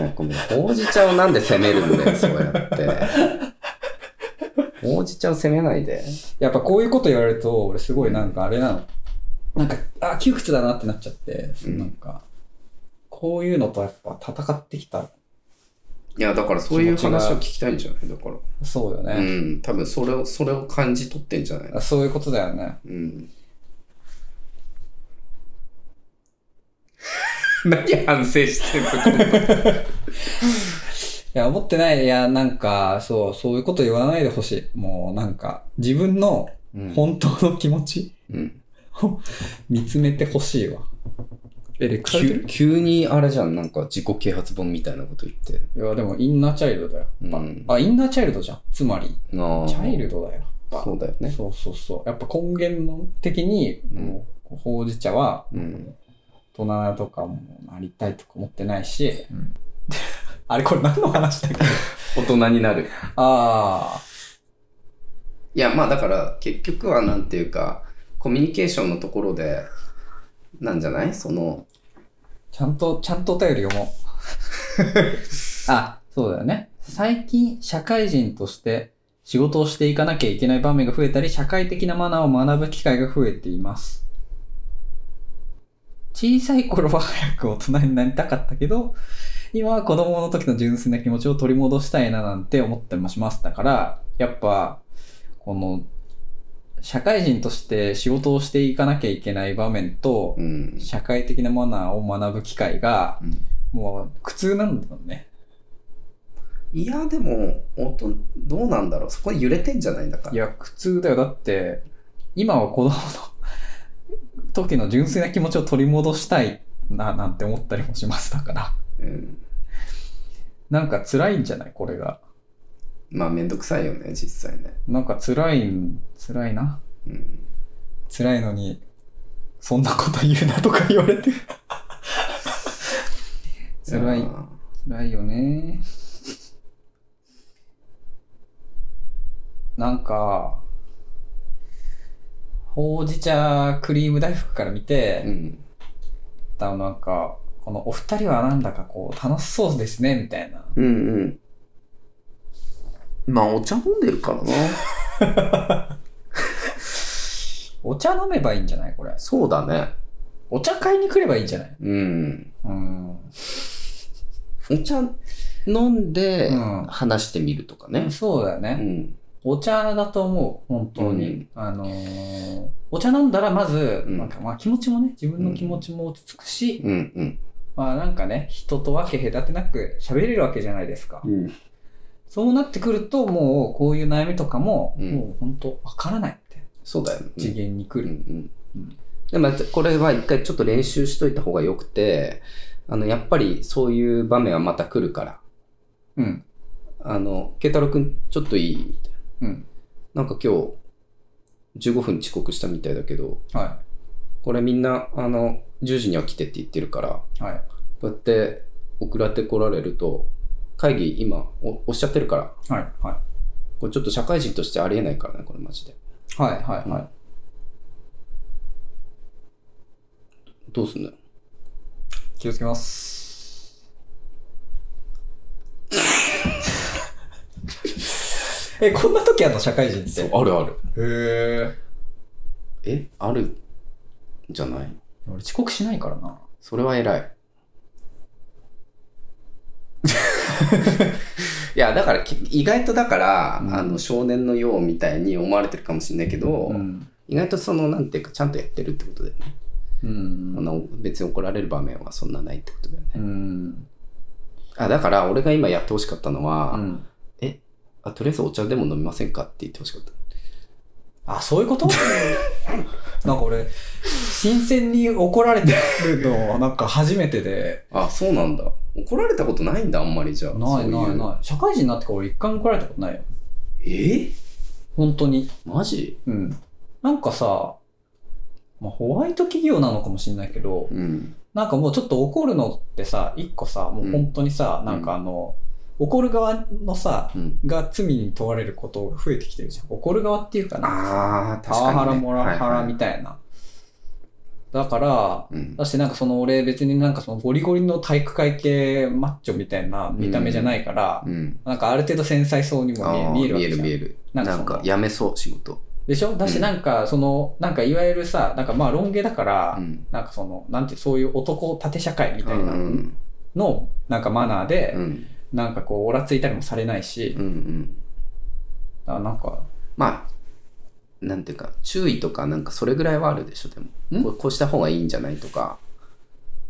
Speaker 3: なんかもう、ほうじ茶をなんで責めるんだ よ、そうやって。ほうじ茶を責めないで。
Speaker 2: やっぱこういうこと言われると、俺すごいなんかあれなの。なんか、あ、窮屈だなってなっちゃって、そのなんか、こういうのとやっぱ戦ってきた。
Speaker 3: いや、だからそういう話を聞きたいんじゃないだから。
Speaker 2: そうよ
Speaker 3: う
Speaker 2: ね。
Speaker 3: ん、多分それを、それを感じ取ってんじゃない
Speaker 2: そういうことだよね。
Speaker 3: うん。何反省してんの
Speaker 2: いや、思ってない。いや、なんか、そう、そういうこと言わないでほしい。もうなんか、自分の本当の気持ち
Speaker 3: うん、
Speaker 2: を見つめてほしいわ。エレクト
Speaker 3: 急
Speaker 2: い
Speaker 3: 急にあれじゃん、なんか自己啓発本みたいなこと言って。
Speaker 2: や、でもインナーチャイルドだよ。
Speaker 3: うん
Speaker 2: あ、インナーチャイルドじゃん。つまり、
Speaker 3: なあ
Speaker 2: チャイルドだよ。
Speaker 3: そうだよね。
Speaker 2: そうそうそう。やっぱ根源の的に、
Speaker 3: うん
Speaker 2: もうほうじ茶は
Speaker 3: うん。
Speaker 2: 大人とかもなりたいとか思ってないし、 あれこれ何の話だっけ
Speaker 3: 大人になる。
Speaker 2: ああ、
Speaker 3: いや、まあだから、結局はなんていうか、コミュニケーションのところで、なんじゃないその、
Speaker 2: ちゃんと、ちゃんとお便り読もう。あ、そうだよね。最近、社会人として仕事をしていかなきゃいけない場面が増えたり、社会的なマナーを学ぶ機会が増えています。小さい頃は早く大人になりたかったけど、今は子供の時の純粋な気持ちを取り戻したいななんて思ったりもします。だから、やっぱ、この、社会人として仕事をしていかなきゃいけない場面と、
Speaker 3: うん。
Speaker 2: 社会的なマナーを学ぶ機会が
Speaker 3: うん
Speaker 2: もう苦痛なんだろうね
Speaker 3: いや、でも、おとどうなんだろうそこに揺れてんじゃないんだか
Speaker 2: い
Speaker 3: ら。
Speaker 2: や苦痛だよだって今は子供の時の純粋な気持ちを取り戻したいななんて思ったりもしますだから
Speaker 3: うん。
Speaker 2: なんか辛いんじゃないこれが
Speaker 3: まあ、めんどくさいよね、実際ね。
Speaker 2: なんか辛いん辛いな
Speaker 3: うん。
Speaker 2: 辛いのにそんなこと言うなとか言われて辛い
Speaker 3: やー
Speaker 2: 辛いよねなんかほうじ茶クリーム大福から見
Speaker 3: う
Speaker 2: て、
Speaker 3: ん。
Speaker 2: あのなんかこのお二人はなんだかこう楽しそうですねみたいな
Speaker 3: うんうん。まあ、お茶飲んでるからな。
Speaker 2: お茶飲めばいいんじゃないこれ
Speaker 3: そうだね。
Speaker 2: お茶買いに来ればいいんじゃない
Speaker 3: うん。
Speaker 2: うん
Speaker 3: お茶飲んで
Speaker 2: うん
Speaker 3: 話してみるとかね。
Speaker 2: そうだよ
Speaker 3: う
Speaker 2: ね、
Speaker 3: ん。
Speaker 2: お茶だと思う本当に、
Speaker 3: うん
Speaker 2: あのーお茶飲んだらまず、
Speaker 3: うん
Speaker 2: なんかまあ気持ちもね自分の気持ちも落ち着くし、
Speaker 3: うんうん。
Speaker 2: まあなんかね、人と分け隔てなく喋れるわけじゃないですか。
Speaker 3: うん
Speaker 2: そうなってくると、もうこういう悩みとかも、
Speaker 3: うん
Speaker 2: もう本当わからないって、
Speaker 3: そうだよね。
Speaker 2: 次元に来
Speaker 3: うん
Speaker 2: る。
Speaker 3: うん
Speaker 2: うん
Speaker 3: でもこれは一回ちょっと練習しといた方がよくてあの、やっぱりそういう場面はまた来るから、
Speaker 2: うん。
Speaker 3: あの、慶太郎くん、ちょっといいみたい
Speaker 2: うん。
Speaker 3: な。なんか今日、15分遅刻したみたいだけど、
Speaker 2: は
Speaker 3: これみんな、あの、10時には来てって言ってるから、
Speaker 2: い。はい。
Speaker 3: こうやって送られてこられると、会議今おおっしゃってるから、
Speaker 2: はい。はい。
Speaker 3: これちょっと社会人としてありえないからね、これマジで。
Speaker 2: はい。はい。はい。
Speaker 3: どうすんのよ。
Speaker 2: 気をつけます。 え、こんな時あの社会人って。へ
Speaker 3: あるある。
Speaker 2: え。
Speaker 3: え、あるんじゃない
Speaker 2: 俺遅刻しないからな。
Speaker 3: それは偉い。 いや、だから、き意外とだから、
Speaker 2: うん
Speaker 3: あの、少年のようみたいに思われてるかもしれないけど、
Speaker 2: うん。
Speaker 3: 意外とその、なんていうか、ちゃんとやってるってことだよね。
Speaker 2: う
Speaker 3: あ
Speaker 2: ん。
Speaker 3: の別に怒られる場面はそんなないってことだよね。
Speaker 2: うん。
Speaker 3: あ、だから、俺が今やってほしかったのは、
Speaker 2: うん
Speaker 3: あ、とりあえずお茶でも飲みませんかって言ってほしかった。
Speaker 2: あ、そういうこと なんか俺、新鮮に怒られてる の、なんか初めてで。
Speaker 3: あ、そうなんだ。怒られたことないんだ、あんまりじゃあ。
Speaker 2: ない
Speaker 3: そう
Speaker 2: な
Speaker 3: う
Speaker 2: いない。社会人になってから俺一回も怒られたことないよ。
Speaker 3: え
Speaker 2: 本当に。
Speaker 3: マジ
Speaker 2: うん。なんかさ、まあ、ホワイト企業なのかもしれないけど、
Speaker 3: うん。
Speaker 2: なんかもうちょっと怒るのってさ、一個さ、もう本当にさ、
Speaker 3: ん
Speaker 2: なんかあの、怒る側のさ、
Speaker 3: うん。
Speaker 2: が罪に問われることが増えてきてるじゃん。怒る側っていうかな、
Speaker 3: ああ、
Speaker 2: パ
Speaker 3: 確か
Speaker 2: ワ
Speaker 3: に、ね。
Speaker 2: ハラ、モラハ
Speaker 3: はい
Speaker 2: ラ
Speaker 3: はい
Speaker 2: みたいな。だから、
Speaker 3: うん
Speaker 2: だしてなんかその俺別になんかそのゴリゴリの体育会系マッチョみたいな見た目じゃないから、
Speaker 3: うん。
Speaker 2: なんかある程度繊細そうにも見え
Speaker 3: あー
Speaker 2: 見えるわ
Speaker 3: 見え
Speaker 2: けじゃ
Speaker 3: る
Speaker 2: ん。
Speaker 3: 見える。
Speaker 2: なんか
Speaker 3: な
Speaker 2: そ
Speaker 3: ん
Speaker 2: の
Speaker 3: か、やめそう、仕事。
Speaker 2: でしょだし
Speaker 3: うん
Speaker 2: なんかその、なんかいわゆるさ、なんかまあロン毛だから、
Speaker 3: うん。
Speaker 2: なんかその、なんていうそういう男縦社会みたいな
Speaker 3: うん。
Speaker 2: のなんかマナーで、
Speaker 3: うん。
Speaker 2: なんかこう、おらついたりもされないし
Speaker 3: うん。う、ん。
Speaker 2: あなんか、
Speaker 3: まあ、なんていうか、注意とか、なんか、それぐらいはあるでしょ、でも。
Speaker 2: ん
Speaker 3: こうこうした方がいいんじゃないとか、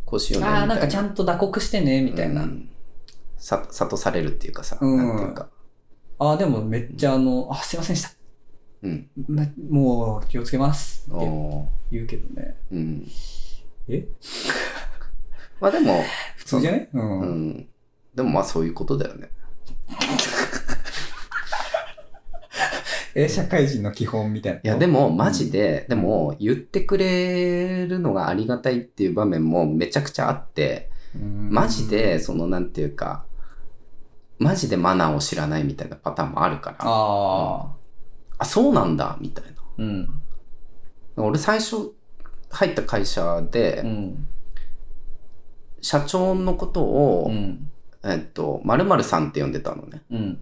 Speaker 3: こうしようねみたい
Speaker 2: あ
Speaker 3: な。
Speaker 2: あ、なんかちゃんと打刻してね、みたいな。
Speaker 3: うんさ、諭されるっていうかさ、
Speaker 2: うん
Speaker 3: なんていうか。
Speaker 2: ああ、でもめっちゃあの、あ、すいませんでした。
Speaker 3: うん。
Speaker 2: なもう気をつけます
Speaker 3: お
Speaker 2: って
Speaker 3: ー
Speaker 2: 言うけどね。
Speaker 3: うん。
Speaker 2: え
Speaker 3: まあでも、
Speaker 2: 普通じゃねう。
Speaker 3: うんん。でもまあそういうことだよね。
Speaker 2: え、社会人の基本みたいな。
Speaker 3: いや、でも、マジで、でも、言ってくれるのがありがたいっていう場面もめちゃくちゃあって、
Speaker 2: うん、
Speaker 3: マジで、その、なんていうか、マジでマナーを知らないみたいなパターンもあるから、
Speaker 2: ああ、
Speaker 3: あ、そうなんだ、みたい
Speaker 2: うん。
Speaker 3: な。俺、最初、入った会社
Speaker 2: う
Speaker 3: で、
Speaker 2: ん。
Speaker 3: 社長のこと
Speaker 2: う
Speaker 3: を、
Speaker 2: ん。
Speaker 3: えっと、〇〇さんって呼んでたのね、
Speaker 2: うん。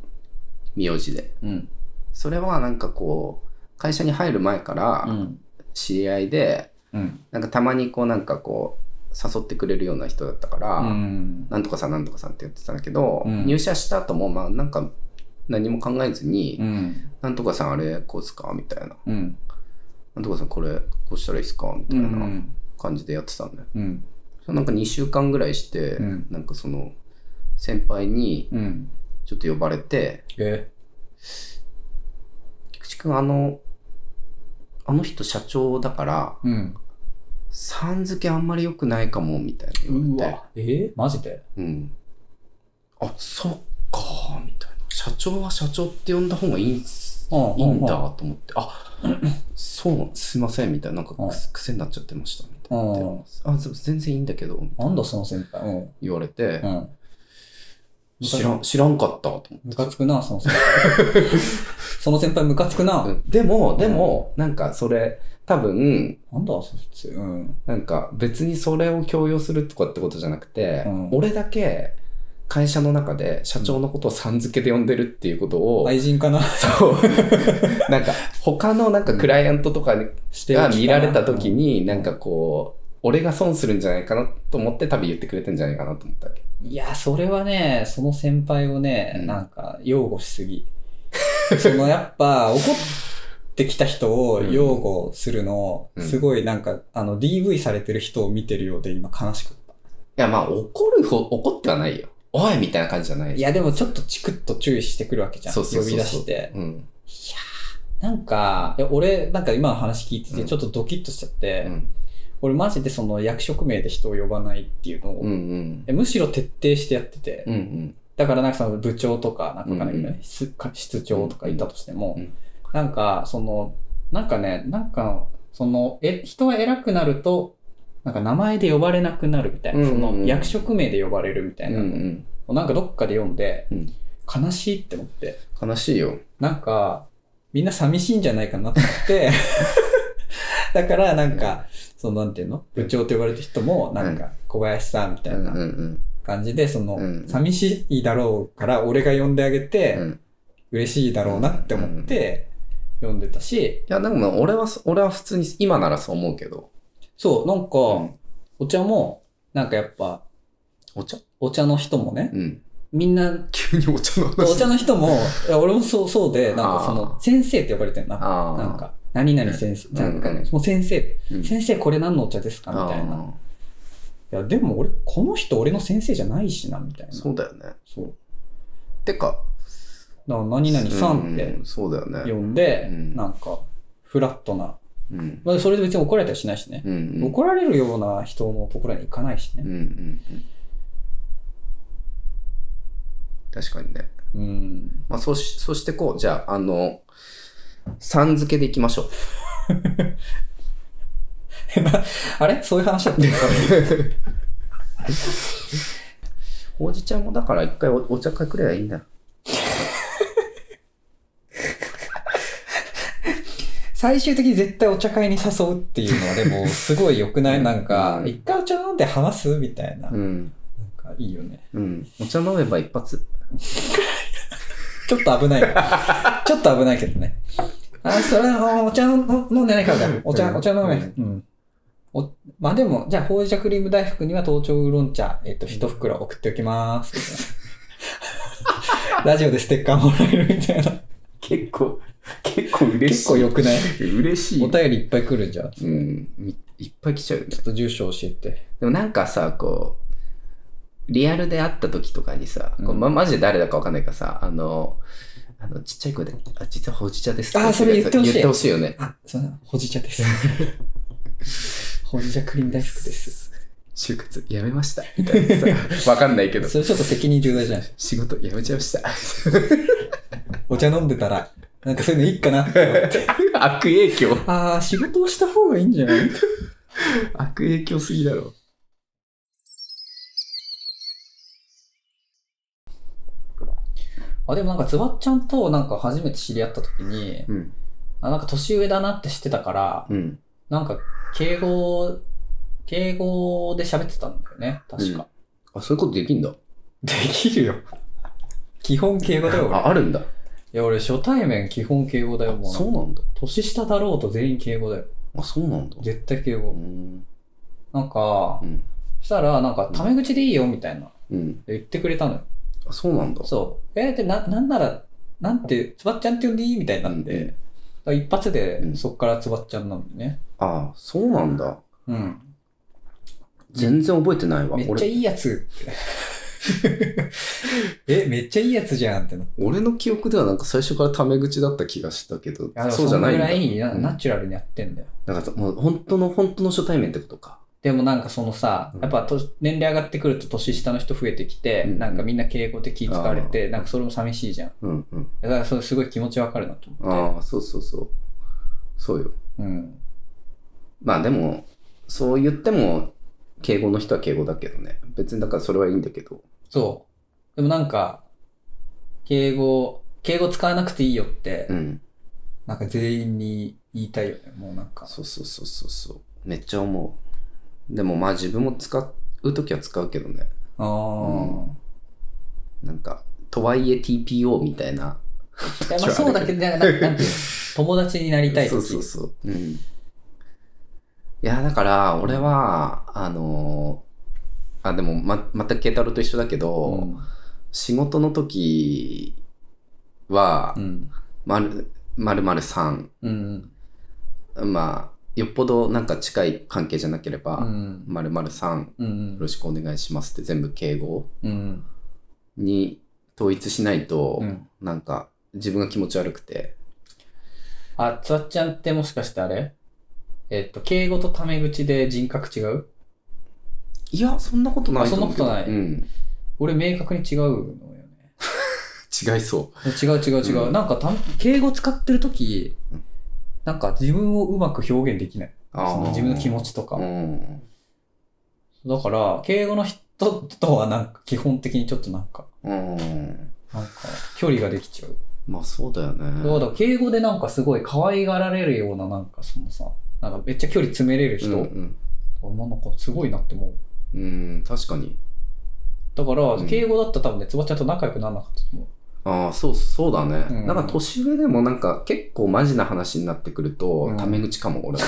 Speaker 3: 名字で。
Speaker 2: うん。
Speaker 3: それは、なんかこう、会社に入る前から
Speaker 2: う、ん。
Speaker 3: 知り合いで、
Speaker 2: うん。
Speaker 3: なんかたまにこうなんかこう誘ってくれるような人だったから、
Speaker 2: うん。
Speaker 3: なんとかさんなんとかさんって言ってたんだけど、
Speaker 2: うん
Speaker 3: 入社した後もまあなんか何も考えずに、
Speaker 2: うん。
Speaker 3: なんとかさんあれこうっすかみたいな、
Speaker 2: うん。
Speaker 3: なんとかさんこれこうしたらいいっすかみた
Speaker 2: う。
Speaker 3: いなん感じでやってたんだよ。
Speaker 2: うん。
Speaker 3: それなんか2週間ぐらいして、
Speaker 2: うん
Speaker 3: なんかその先輩に
Speaker 2: うん。
Speaker 3: ちょっと呼ばれて、
Speaker 2: え、
Speaker 3: 菊池くんあの、あの人社長だから、
Speaker 2: うん。
Speaker 3: さん付けあんまり良くないかも、みたいな言
Speaker 2: う
Speaker 3: われて。
Speaker 2: わ。えマジで
Speaker 3: うん。あ、そっかー、みたいな。社長は社長って呼んだ方がいいんす。
Speaker 2: うん
Speaker 3: いいんだと思って、あ、 そう、すいません、みたいな、なんか
Speaker 2: うん
Speaker 3: くす癖になっちゃってました、みたいな
Speaker 2: う
Speaker 3: 言
Speaker 2: ん
Speaker 3: って。あ、そう全然いいんだけど、
Speaker 2: なんだその先輩。うん。
Speaker 3: 言われて、
Speaker 2: うん。
Speaker 3: 知らん、知らんかった、と思
Speaker 2: ム
Speaker 3: って
Speaker 2: カ。つくな、その先輩。その先輩ムカつくな。
Speaker 3: うんでも、でも、なんかそれ、多分、
Speaker 2: なんだ、そいつ。うん。
Speaker 3: なんか別にそれを強要するとかってことじゃなくて、
Speaker 2: うん
Speaker 3: 俺だけ会社の中で社長のことをさん付けで呼んでるっていうことを、
Speaker 2: 愛人かな。
Speaker 3: そう。 なんか、他のなんかクライアントとか
Speaker 2: して
Speaker 3: が見られた時。に、なんかこう、俺が損するんじゃないかなと思って多分言ってくれてんじゃないかなと思ったわけ。
Speaker 2: いや、それはね、その先輩をね、
Speaker 3: うん
Speaker 2: なんか、擁護しすぎ。 そのやっぱ、怒ってきた人を擁護するの、
Speaker 3: うん
Speaker 2: すごいなんか、あの、DV されてる人を見てるようで今悲しくった。
Speaker 3: いや、まあ、怒るほ、怒ってはないよ。おいみたいな感じじゃない。
Speaker 2: い、や、でもちょっとチクッと注意してくるわけじゃん。
Speaker 3: そうそうそうそう
Speaker 2: 呼び出して。
Speaker 3: うん。
Speaker 2: なんか、いや俺、なんか今の話聞いて
Speaker 3: う
Speaker 2: て、
Speaker 3: ん
Speaker 2: ちょっとドキッとしちゃって、
Speaker 3: うん。
Speaker 2: 俺マジでその役職名で人を呼ばないっていうのを、
Speaker 3: うんうん。
Speaker 2: えむしろ徹底してやってて、
Speaker 3: うんうん。
Speaker 2: だからなんかその部長とか、なんかわかんないけど
Speaker 3: うん
Speaker 2: ね、室か室長とかいたとしても、
Speaker 3: うん
Speaker 2: なんかその、なんかね、なんかその、え、人は偉くなると、なんか名前で呼ばれなくなるみたいな、
Speaker 3: うんうんうん
Speaker 2: その役職名で呼ばれるみた
Speaker 3: う
Speaker 2: い
Speaker 3: ん
Speaker 2: な、
Speaker 3: うん。
Speaker 2: なんかどっかで読んで、
Speaker 3: うん
Speaker 2: 悲しいって思って、
Speaker 3: 悲しいよ。
Speaker 2: なんか、みんな寂しいんじゃないかなと思って、 だからなんか、そのなんていうの部長と呼ばれた人も、なんか、小林さんみた
Speaker 3: う
Speaker 2: い
Speaker 3: んう
Speaker 2: なん感じで、その、
Speaker 3: うん
Speaker 2: 寂しいだろうから、俺が呼んであげて、
Speaker 3: うん。うん。
Speaker 2: 嬉しいだろうなって思って、読んでたし、
Speaker 3: いや、でもまあ俺はそ、俺は普通に今ならそう思うけど。
Speaker 2: そう、なんか、
Speaker 3: うん
Speaker 2: お茶も、なんかやっぱ、
Speaker 3: お茶
Speaker 2: お茶の人もね、
Speaker 3: うん。
Speaker 2: みんな、
Speaker 3: 急にお茶の話。
Speaker 2: お茶の人も、いや俺もそう、そうで、なんかそ
Speaker 3: あ
Speaker 2: の、
Speaker 3: ー
Speaker 2: 先生って呼ばれてるな。
Speaker 3: ああ。
Speaker 2: なん、か、何々先生、
Speaker 3: うん
Speaker 2: なんか
Speaker 3: うん
Speaker 2: もう先生、
Speaker 3: うん、
Speaker 2: 先生これ何のお茶ですかみたいな。
Speaker 3: あ
Speaker 2: いや、でも俺、この人俺の先生じゃないしな、みたい
Speaker 3: ー
Speaker 2: な。
Speaker 3: そうだよね。
Speaker 2: そう。
Speaker 3: てか、
Speaker 2: だから、何々さんっ
Speaker 3: う
Speaker 2: て
Speaker 3: んそうだよね。
Speaker 2: 呼んで、
Speaker 3: うん
Speaker 2: なんか、フラットな。
Speaker 3: うん。
Speaker 2: まあ、それで別に怒られたりしないしね。
Speaker 3: うんうん。
Speaker 2: 怒られるような人のところに行かないし
Speaker 3: うん
Speaker 2: ね。
Speaker 3: うんうん。確かにね。
Speaker 2: うん。
Speaker 3: まあ、そし、そしてこう、じゃあ、あの、さん付けでいきましょう。
Speaker 2: あれそういう話だったのか
Speaker 3: ほうじ茶もだから一回おお茶会くればいいんだよ。
Speaker 2: 最終的に絶対お茶会に誘うっていうのは、でも、すごい良くな
Speaker 3: う
Speaker 2: い
Speaker 3: ん
Speaker 2: なんか
Speaker 3: う、ん
Speaker 2: 一回お茶飲んで話すみたいな。
Speaker 3: う
Speaker 2: なん
Speaker 3: ん。
Speaker 2: か、いいよね。
Speaker 3: うん。お茶飲めば一発。
Speaker 2: ちょっと危ない。 ちょっと危ないけどね。あ、それはお茶のの飲んでないからだ。お
Speaker 3: う
Speaker 2: 茶、
Speaker 3: ん
Speaker 2: お茶飲め。
Speaker 3: うん
Speaker 2: うん。おまあでも、じゃあ、ほうじ茶クリーム大福には頭頂ウーロン茶、えっと、一袋送っておきます。 ラジオでステッカーもらえるみたいな。
Speaker 3: 結構、結構嬉
Speaker 2: 結構良くない
Speaker 3: 嬉し
Speaker 2: お便りいっぱい来るじゃん。ちょ
Speaker 3: うん。いいっぱい来ちゃうよね。
Speaker 2: っと住所教えて。
Speaker 3: でもなんかさ、こう、リアルで会った時とかにさ、こ
Speaker 2: う
Speaker 3: う
Speaker 2: ん
Speaker 3: ま、マジで誰だかわかんないからさ、あの、あの、ちっちゃい声で、あ、実はほうじ茶です。
Speaker 2: あーそれ言ってほしい
Speaker 3: 言ってほしいよね。
Speaker 2: あ、その、ほうじ茶 です。ほうじ茶クリーム大福です。
Speaker 3: 就活やめました。みたいなさ、わかんないけど、
Speaker 2: それちょっと責任重大じゃん。
Speaker 3: 仕事やめちゃいました。
Speaker 2: お茶飲んでたら、なんかそういうのいいか なって思って。
Speaker 3: 悪影響。
Speaker 2: ああ、仕事をした方がいいんじゃない
Speaker 3: 悪影響すぎだろ。
Speaker 2: あ、でもなんか、ズバッちゃんとなんか初めて知り合った時に、
Speaker 3: うん。
Speaker 2: あ、なんか年上だなって知ってたから、
Speaker 3: うん。
Speaker 2: なんか、敬語、敬語で喋ってたんだよね、確か。
Speaker 3: あ、そういうことできんだ。
Speaker 2: できるよ。基本敬語だよ、俺。い
Speaker 3: あ、あるんだ。
Speaker 2: や、俺、初対面基本敬語だよ、もう。
Speaker 3: そうなんだ。
Speaker 2: 年下だろうと全員敬語だよ。
Speaker 3: あ、そうなんだ。
Speaker 2: 絶対敬
Speaker 3: う
Speaker 2: 語。
Speaker 3: ん。
Speaker 2: なんか
Speaker 3: う、ん。
Speaker 2: そしたら、なんか、タメ口でいいよ、みたいな。
Speaker 3: うん。
Speaker 2: 言ってくれたのよ。
Speaker 3: あ、そうなんだ。
Speaker 2: そう。えー、で、な、なんなら、なんて、つばっちゃんって呼んでいいみたいになって、
Speaker 3: うんうん
Speaker 2: だから一発
Speaker 3: う
Speaker 2: で、
Speaker 3: ん
Speaker 2: そっからつばっちゃんなんでね。
Speaker 3: あ、そうなんだ。
Speaker 2: うん。
Speaker 3: 全然覚えてないわ。
Speaker 2: めっちゃ
Speaker 3: 俺、
Speaker 2: いいや つって。え、めっちゃいいやつじゃんってな。
Speaker 3: 俺の記憶ではなんか最初からタメ口だった気がしたけど
Speaker 2: あ、
Speaker 3: そうじゃないんだ。
Speaker 2: そのぐらいな
Speaker 3: うん
Speaker 2: ナチュラルにやってんだよ。
Speaker 3: だからもう本当の本当の初対面ってことか。
Speaker 2: でもなんかそのさ
Speaker 3: うん、
Speaker 2: やっぱと年齢上がってくると年下の人増えてきて、
Speaker 3: うん
Speaker 2: なんかみんな敬語で気使われ
Speaker 3: あ
Speaker 2: て、
Speaker 3: ー
Speaker 2: なんかそれも寂しいじゃん。
Speaker 3: うんうん。
Speaker 2: だからそれすごい気持ちわかるなと思って。
Speaker 3: ああ、そうそうそう。そうよ。
Speaker 2: うん。
Speaker 3: まあでも、そう言っても、敬語の人は敬語だけどね。別にだからそれはいいんだけど。
Speaker 2: そう。でもなんか、敬語、敬語使わなくていいよって、
Speaker 3: うん。
Speaker 2: なんか全員に言いたいよね。もうなんか。
Speaker 3: そうそうそうそうそう。めっちゃ思う。でもまあ自分も使うときは使うけどね。
Speaker 2: ああ、
Speaker 3: うんなんか、とはいえ TPO みたいな。
Speaker 2: いやまあそうだけど、なんかなんていうの 友達になりたい時。
Speaker 3: そうそうそう。うん。いや、だから、俺は、あのーあ、でも、ま、また慶太郎と一緒だけど、
Speaker 2: うん
Speaker 3: 仕事の時は
Speaker 2: う、ん。
Speaker 3: まる、まるまるさん、
Speaker 2: うん。
Speaker 3: まあ、よっぽどなんか近い関係じゃなけれ
Speaker 2: う
Speaker 3: ば、
Speaker 2: ん。
Speaker 3: まるまるさん、
Speaker 2: う
Speaker 3: よ
Speaker 2: ん
Speaker 3: ろ。しくお願いしますって全部敬語
Speaker 2: うん。
Speaker 3: に統一しないと、
Speaker 2: うん
Speaker 3: なんか、自分が気持ち悪くて、
Speaker 2: あ、つわっちゃんってもしかしてあれえっと、敬語とタメ口で人格違う
Speaker 3: いや、そんなことない思うけど
Speaker 2: あそんなことない
Speaker 3: うん。
Speaker 2: 俺明確に違うのよね。
Speaker 3: 違いそ
Speaker 2: 違う違う違う。
Speaker 3: うん
Speaker 2: なんかた、敬語使ってるとき
Speaker 3: うん、
Speaker 2: なんか自分をうまく表現できない。
Speaker 3: う。
Speaker 2: その自分の気持ちとか。
Speaker 3: うん。
Speaker 2: だから、敬語の人とはなんか基本的にちょっとなんか、
Speaker 3: う
Speaker 2: な
Speaker 3: ん。
Speaker 2: んか距離ができちゃう。
Speaker 3: まあそうだよね。
Speaker 2: だから敬語でなんかすごい可愛がられるようななんかそのさ、なんかめっちゃ距離詰めれる人、
Speaker 3: うんうん
Speaker 2: もうなんかすごいなって思う。
Speaker 3: うん、確かに。
Speaker 2: だか
Speaker 3: う
Speaker 2: ら、
Speaker 3: ん
Speaker 2: 敬語だったら多分ね、つばちゃんと仲良くならなかったと思う。
Speaker 3: ああ、そう、そうだね。
Speaker 2: うん
Speaker 3: なんか年上でもなんか結構マジな話になってくると、
Speaker 2: うん
Speaker 3: タメ口かも、俺は。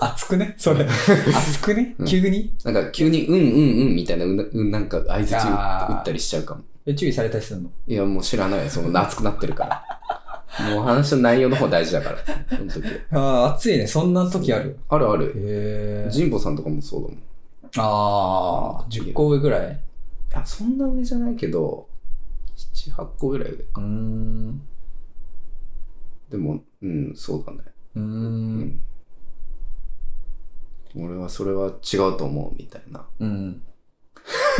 Speaker 2: 熱くね それ。熱くね
Speaker 3: うん
Speaker 2: 急に、
Speaker 3: なんか急に、うんうんうんみたいな、うんうん、なんか相槌打
Speaker 2: あ
Speaker 3: 打
Speaker 2: ー
Speaker 3: ったりしちゃうかも。
Speaker 2: え注意されたりするの
Speaker 3: いや、もう知らないよ。その熱くなってるから。 もう話の内容の方大事だから。その時。
Speaker 2: ああ、熱いね。そんな時ある。
Speaker 3: あるある。
Speaker 2: へえ。
Speaker 3: 神保さんとかもそうだもん。い
Speaker 2: ああ、10個上ぐらい
Speaker 3: や、そんな上じゃないけど、7、8個ぐらい上
Speaker 2: うーん。
Speaker 3: でも、うん、そうだね。
Speaker 2: うー。
Speaker 3: うんん。俺はそれは違うと思う、みたいな。
Speaker 2: うん。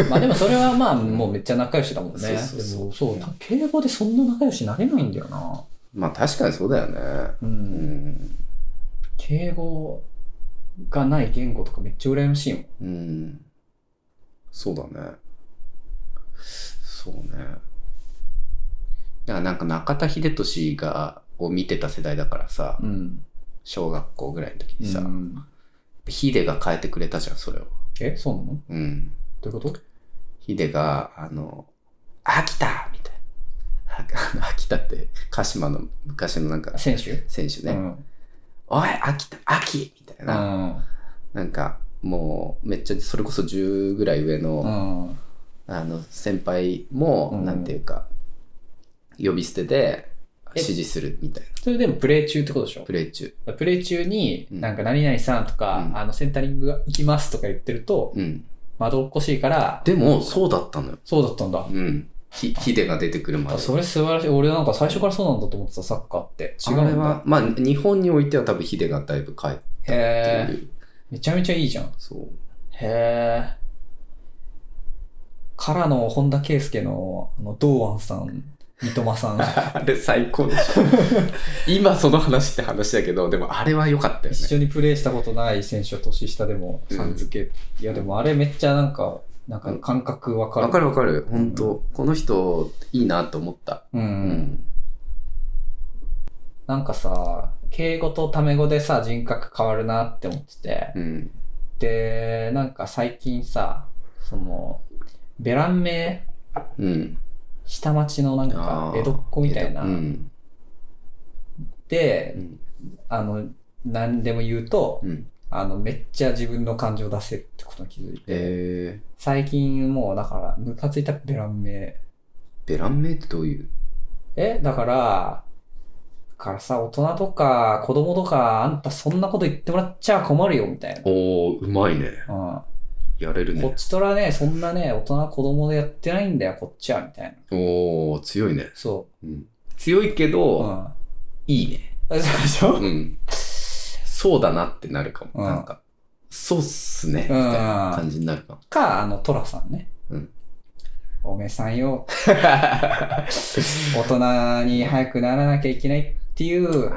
Speaker 2: まあでもそれはまあもうめっちゃ仲良しだもんね。
Speaker 3: そうそうそう
Speaker 2: でもそう。た敬語でそんな仲良しなれないんだよな。
Speaker 3: まあ確かにそうだよね。
Speaker 2: う。
Speaker 3: うんん。
Speaker 2: 敬語がない言語とかめっちゃ羨ましいもん。
Speaker 3: うん。そうだね。そうね。だからなんか中田秀俊が、を見てた世代だからさ、
Speaker 2: うん。
Speaker 3: 小学校ぐらいの時にさ、
Speaker 2: うん
Speaker 3: ヒデが変えてくれたじゃん、それを。
Speaker 2: え、そうなの
Speaker 3: うん。
Speaker 2: どういうこと
Speaker 3: ヒデが、あの、秋田みたいな。あの 秋田って、鹿島の昔のなんか
Speaker 2: 選手
Speaker 3: 選手ね。
Speaker 2: うん。
Speaker 3: おい、秋田、秋みたいな。
Speaker 2: う
Speaker 3: なんか、もう、めっちゃ、それこそ10ぐらい上の、
Speaker 2: ん。うん。
Speaker 3: あの先輩も、
Speaker 2: うん
Speaker 3: なんていうか呼び捨てで
Speaker 2: え
Speaker 3: 指示するみたい
Speaker 2: それでもプレー中ってことでしょ
Speaker 3: なプレイ中
Speaker 2: プレイ中に、
Speaker 3: うん
Speaker 2: なんか何々さんとか、
Speaker 3: うん
Speaker 2: あのセンタリングが行きますとか言ってると、
Speaker 3: うん
Speaker 2: 窓っこしいから、
Speaker 3: でもそうだったのよ
Speaker 2: そうだったんだ。
Speaker 3: うんひヒデが出てくるま
Speaker 2: あ
Speaker 3: で
Speaker 2: それ素晴らしい。俺なんか最初からそうなんだと思ってた、サッカーって。違
Speaker 3: あ
Speaker 2: う
Speaker 3: れ
Speaker 2: ん
Speaker 3: は
Speaker 2: だ。
Speaker 3: まあ日本においては多分ヒデがだいぶ帰って
Speaker 2: へ
Speaker 3: る
Speaker 2: え。めちゃめちゃいいじゃん。
Speaker 3: そう
Speaker 2: へえ。からの本田圭佑の、あの、堂安さん、三笘さん。
Speaker 3: あれ最高で しょ今その話って話だけどでもあれは良かったよ
Speaker 2: 一
Speaker 3: ね
Speaker 2: 緒にプレーしたことない選手を年下でもさん付け、いやでもあれめっちゃなんかなんか感覚わかる
Speaker 3: わかるわかる本当、この人いいなと思った
Speaker 2: うん、
Speaker 3: うん
Speaker 2: なんかさ敬語とタメ語でさ人格変わるなって思ってて、
Speaker 3: うん
Speaker 2: でなんか最近さそのベラン名
Speaker 3: うん
Speaker 2: 下町のなんか
Speaker 3: あー
Speaker 2: 江戸っ子みたいな、
Speaker 3: うん
Speaker 2: で
Speaker 3: うん
Speaker 2: あの何でも言うと、
Speaker 3: うん
Speaker 2: あのめっちゃ自分の感情出せるってことに気づいて、
Speaker 3: えー、
Speaker 2: 最近もうだからムカついたベラン名
Speaker 3: ベラン名ってどういう
Speaker 2: えだから、だからさ、大人とか子供とか、あんたそんなこと言ってもらっちゃ困るよ、みたいな。
Speaker 3: おー、うまいね。やれる
Speaker 2: うん、こ
Speaker 3: ね
Speaker 2: っ。ちとらね、そんなね、大人子供でやってないんだよ、こっちは、みたいな。
Speaker 3: おー、強いね。
Speaker 2: そ
Speaker 3: うん、強いけ
Speaker 2: う。う
Speaker 3: ど、
Speaker 2: ん。
Speaker 3: いいね。
Speaker 2: そうでし ょ、うん、
Speaker 3: うん。そうだなってなるかも。
Speaker 2: うん
Speaker 3: なんか、そうっすね。みたいな感じになるかも。
Speaker 2: か、あの、トラさんね。
Speaker 3: うん
Speaker 2: おめえさん よ、大人に早くならなきゃいけないっていう、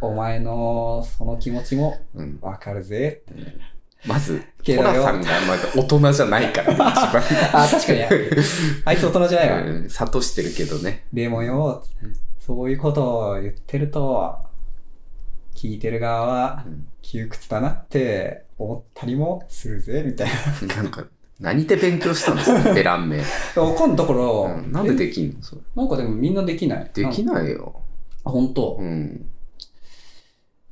Speaker 2: お前のその気持ちも
Speaker 3: うん、
Speaker 2: わかるぜ。
Speaker 3: まず、
Speaker 2: け
Speaker 3: ト
Speaker 2: どよ
Speaker 3: ラさんがまだ大人じゃないから、ね、一
Speaker 2: あ、確かに、あいつ大人じゃないわ。
Speaker 3: 番。うん、諭してるけどね。
Speaker 2: でもよ、そういうことを言ってると、聞いてる側は
Speaker 3: うん
Speaker 2: 窮屈だなって思ったりもするぜ、みたい
Speaker 3: なんか、何で勉強したんで すか、ベラン名。
Speaker 2: な。わかんだから、
Speaker 3: うんなんで
Speaker 2: え
Speaker 3: できんのそれ
Speaker 2: なんかでもみんなできない。
Speaker 3: でき
Speaker 2: い
Speaker 3: ないよ。
Speaker 2: あ、本当
Speaker 3: う。ん。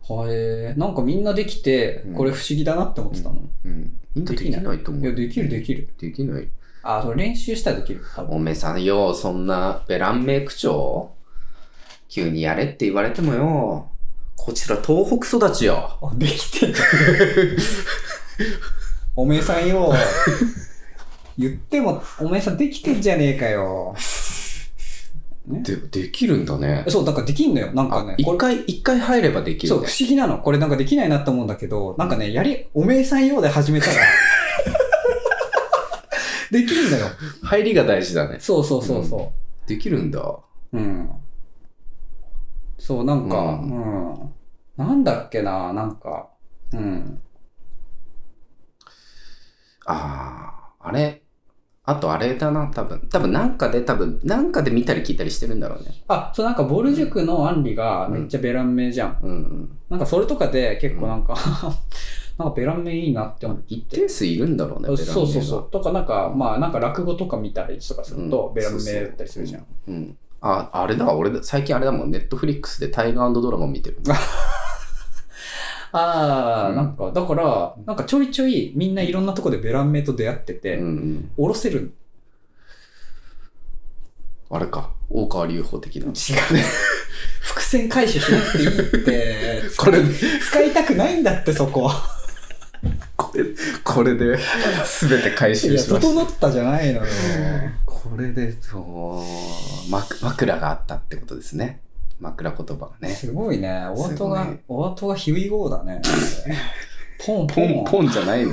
Speaker 2: はえー、なんかみんなできて
Speaker 3: うん、
Speaker 2: これ不思議だなって思ってたの。
Speaker 3: うん。みんなできないと思う。
Speaker 2: いや、できるできる。
Speaker 3: できない。
Speaker 2: あ、それ練習したらできる。多
Speaker 3: お
Speaker 2: 分。
Speaker 3: めさんよ、そんなベランメイク長急にやれって言われてもよ、こちら東北育ちよ。
Speaker 2: あできてる。おめえさん よ、言っても、おめえさんできてんじゃねえかよ。ね。
Speaker 3: で、できるんだね。
Speaker 2: そう、だからできんのよ。なんか
Speaker 3: あ
Speaker 2: ね、こ
Speaker 3: 一
Speaker 2: れ
Speaker 3: 回、一回入ればでき
Speaker 2: そ
Speaker 3: る
Speaker 2: う、
Speaker 3: ね
Speaker 2: 不。思議なの。これなんかできないなと思うんだけど、なんかね、やり、おめえさん用で始めたら、 できるんだよ。
Speaker 3: 入りが大事だね。
Speaker 2: そうそうそうそう。
Speaker 3: できるんだ。
Speaker 2: うん。そう、なんか、
Speaker 3: う
Speaker 2: うん。なんだっけな、なんか、うん。
Speaker 3: ああ、あれ。あとあれだな、多分。多分なんかで、多分なんかで見たり聞いたりしてるんだろうね。
Speaker 2: あ、そう、なんか、ボル塾のアンリがめっちゃベランメじゃん。
Speaker 3: うんうん。
Speaker 2: なんか、それとかで結構なんか、 なんかベランメいいなって思って。
Speaker 3: 一定数いるんだろうね、ベラン
Speaker 2: そうそうそう。とか、なんか、まあ、なんか落語とか見たりとかすると
Speaker 3: う、ん
Speaker 2: ベランメだったりするじゃん。
Speaker 3: メが。うん。あ、あれだ、俺だ、最近あれだもん、ネットフリックスでタイガードラゴン見てる。
Speaker 2: あー、
Speaker 3: うん
Speaker 2: なんか、だから、なんかちょいちょいみんないろんなとこでベランメと出会ってて、
Speaker 3: うんうん。
Speaker 2: おろせる
Speaker 3: あれか、大川隆法的な。
Speaker 2: 違う。 伏線回収しなくていいって。
Speaker 3: これ
Speaker 2: 使いたくないんだって、そこ。
Speaker 3: これ、これ で、すべて回
Speaker 2: い
Speaker 3: 収
Speaker 2: や、
Speaker 3: しました。
Speaker 2: 整ったじゃないのよ。
Speaker 3: これで、そう、ま、枕があったってことですね。枕言葉がね。
Speaker 2: すごいね。お後
Speaker 3: す
Speaker 2: が
Speaker 3: ごい、
Speaker 2: お後がヒュイゴーだね。ポンポ
Speaker 3: ポ
Speaker 2: ン。
Speaker 3: ンポンじゃないの。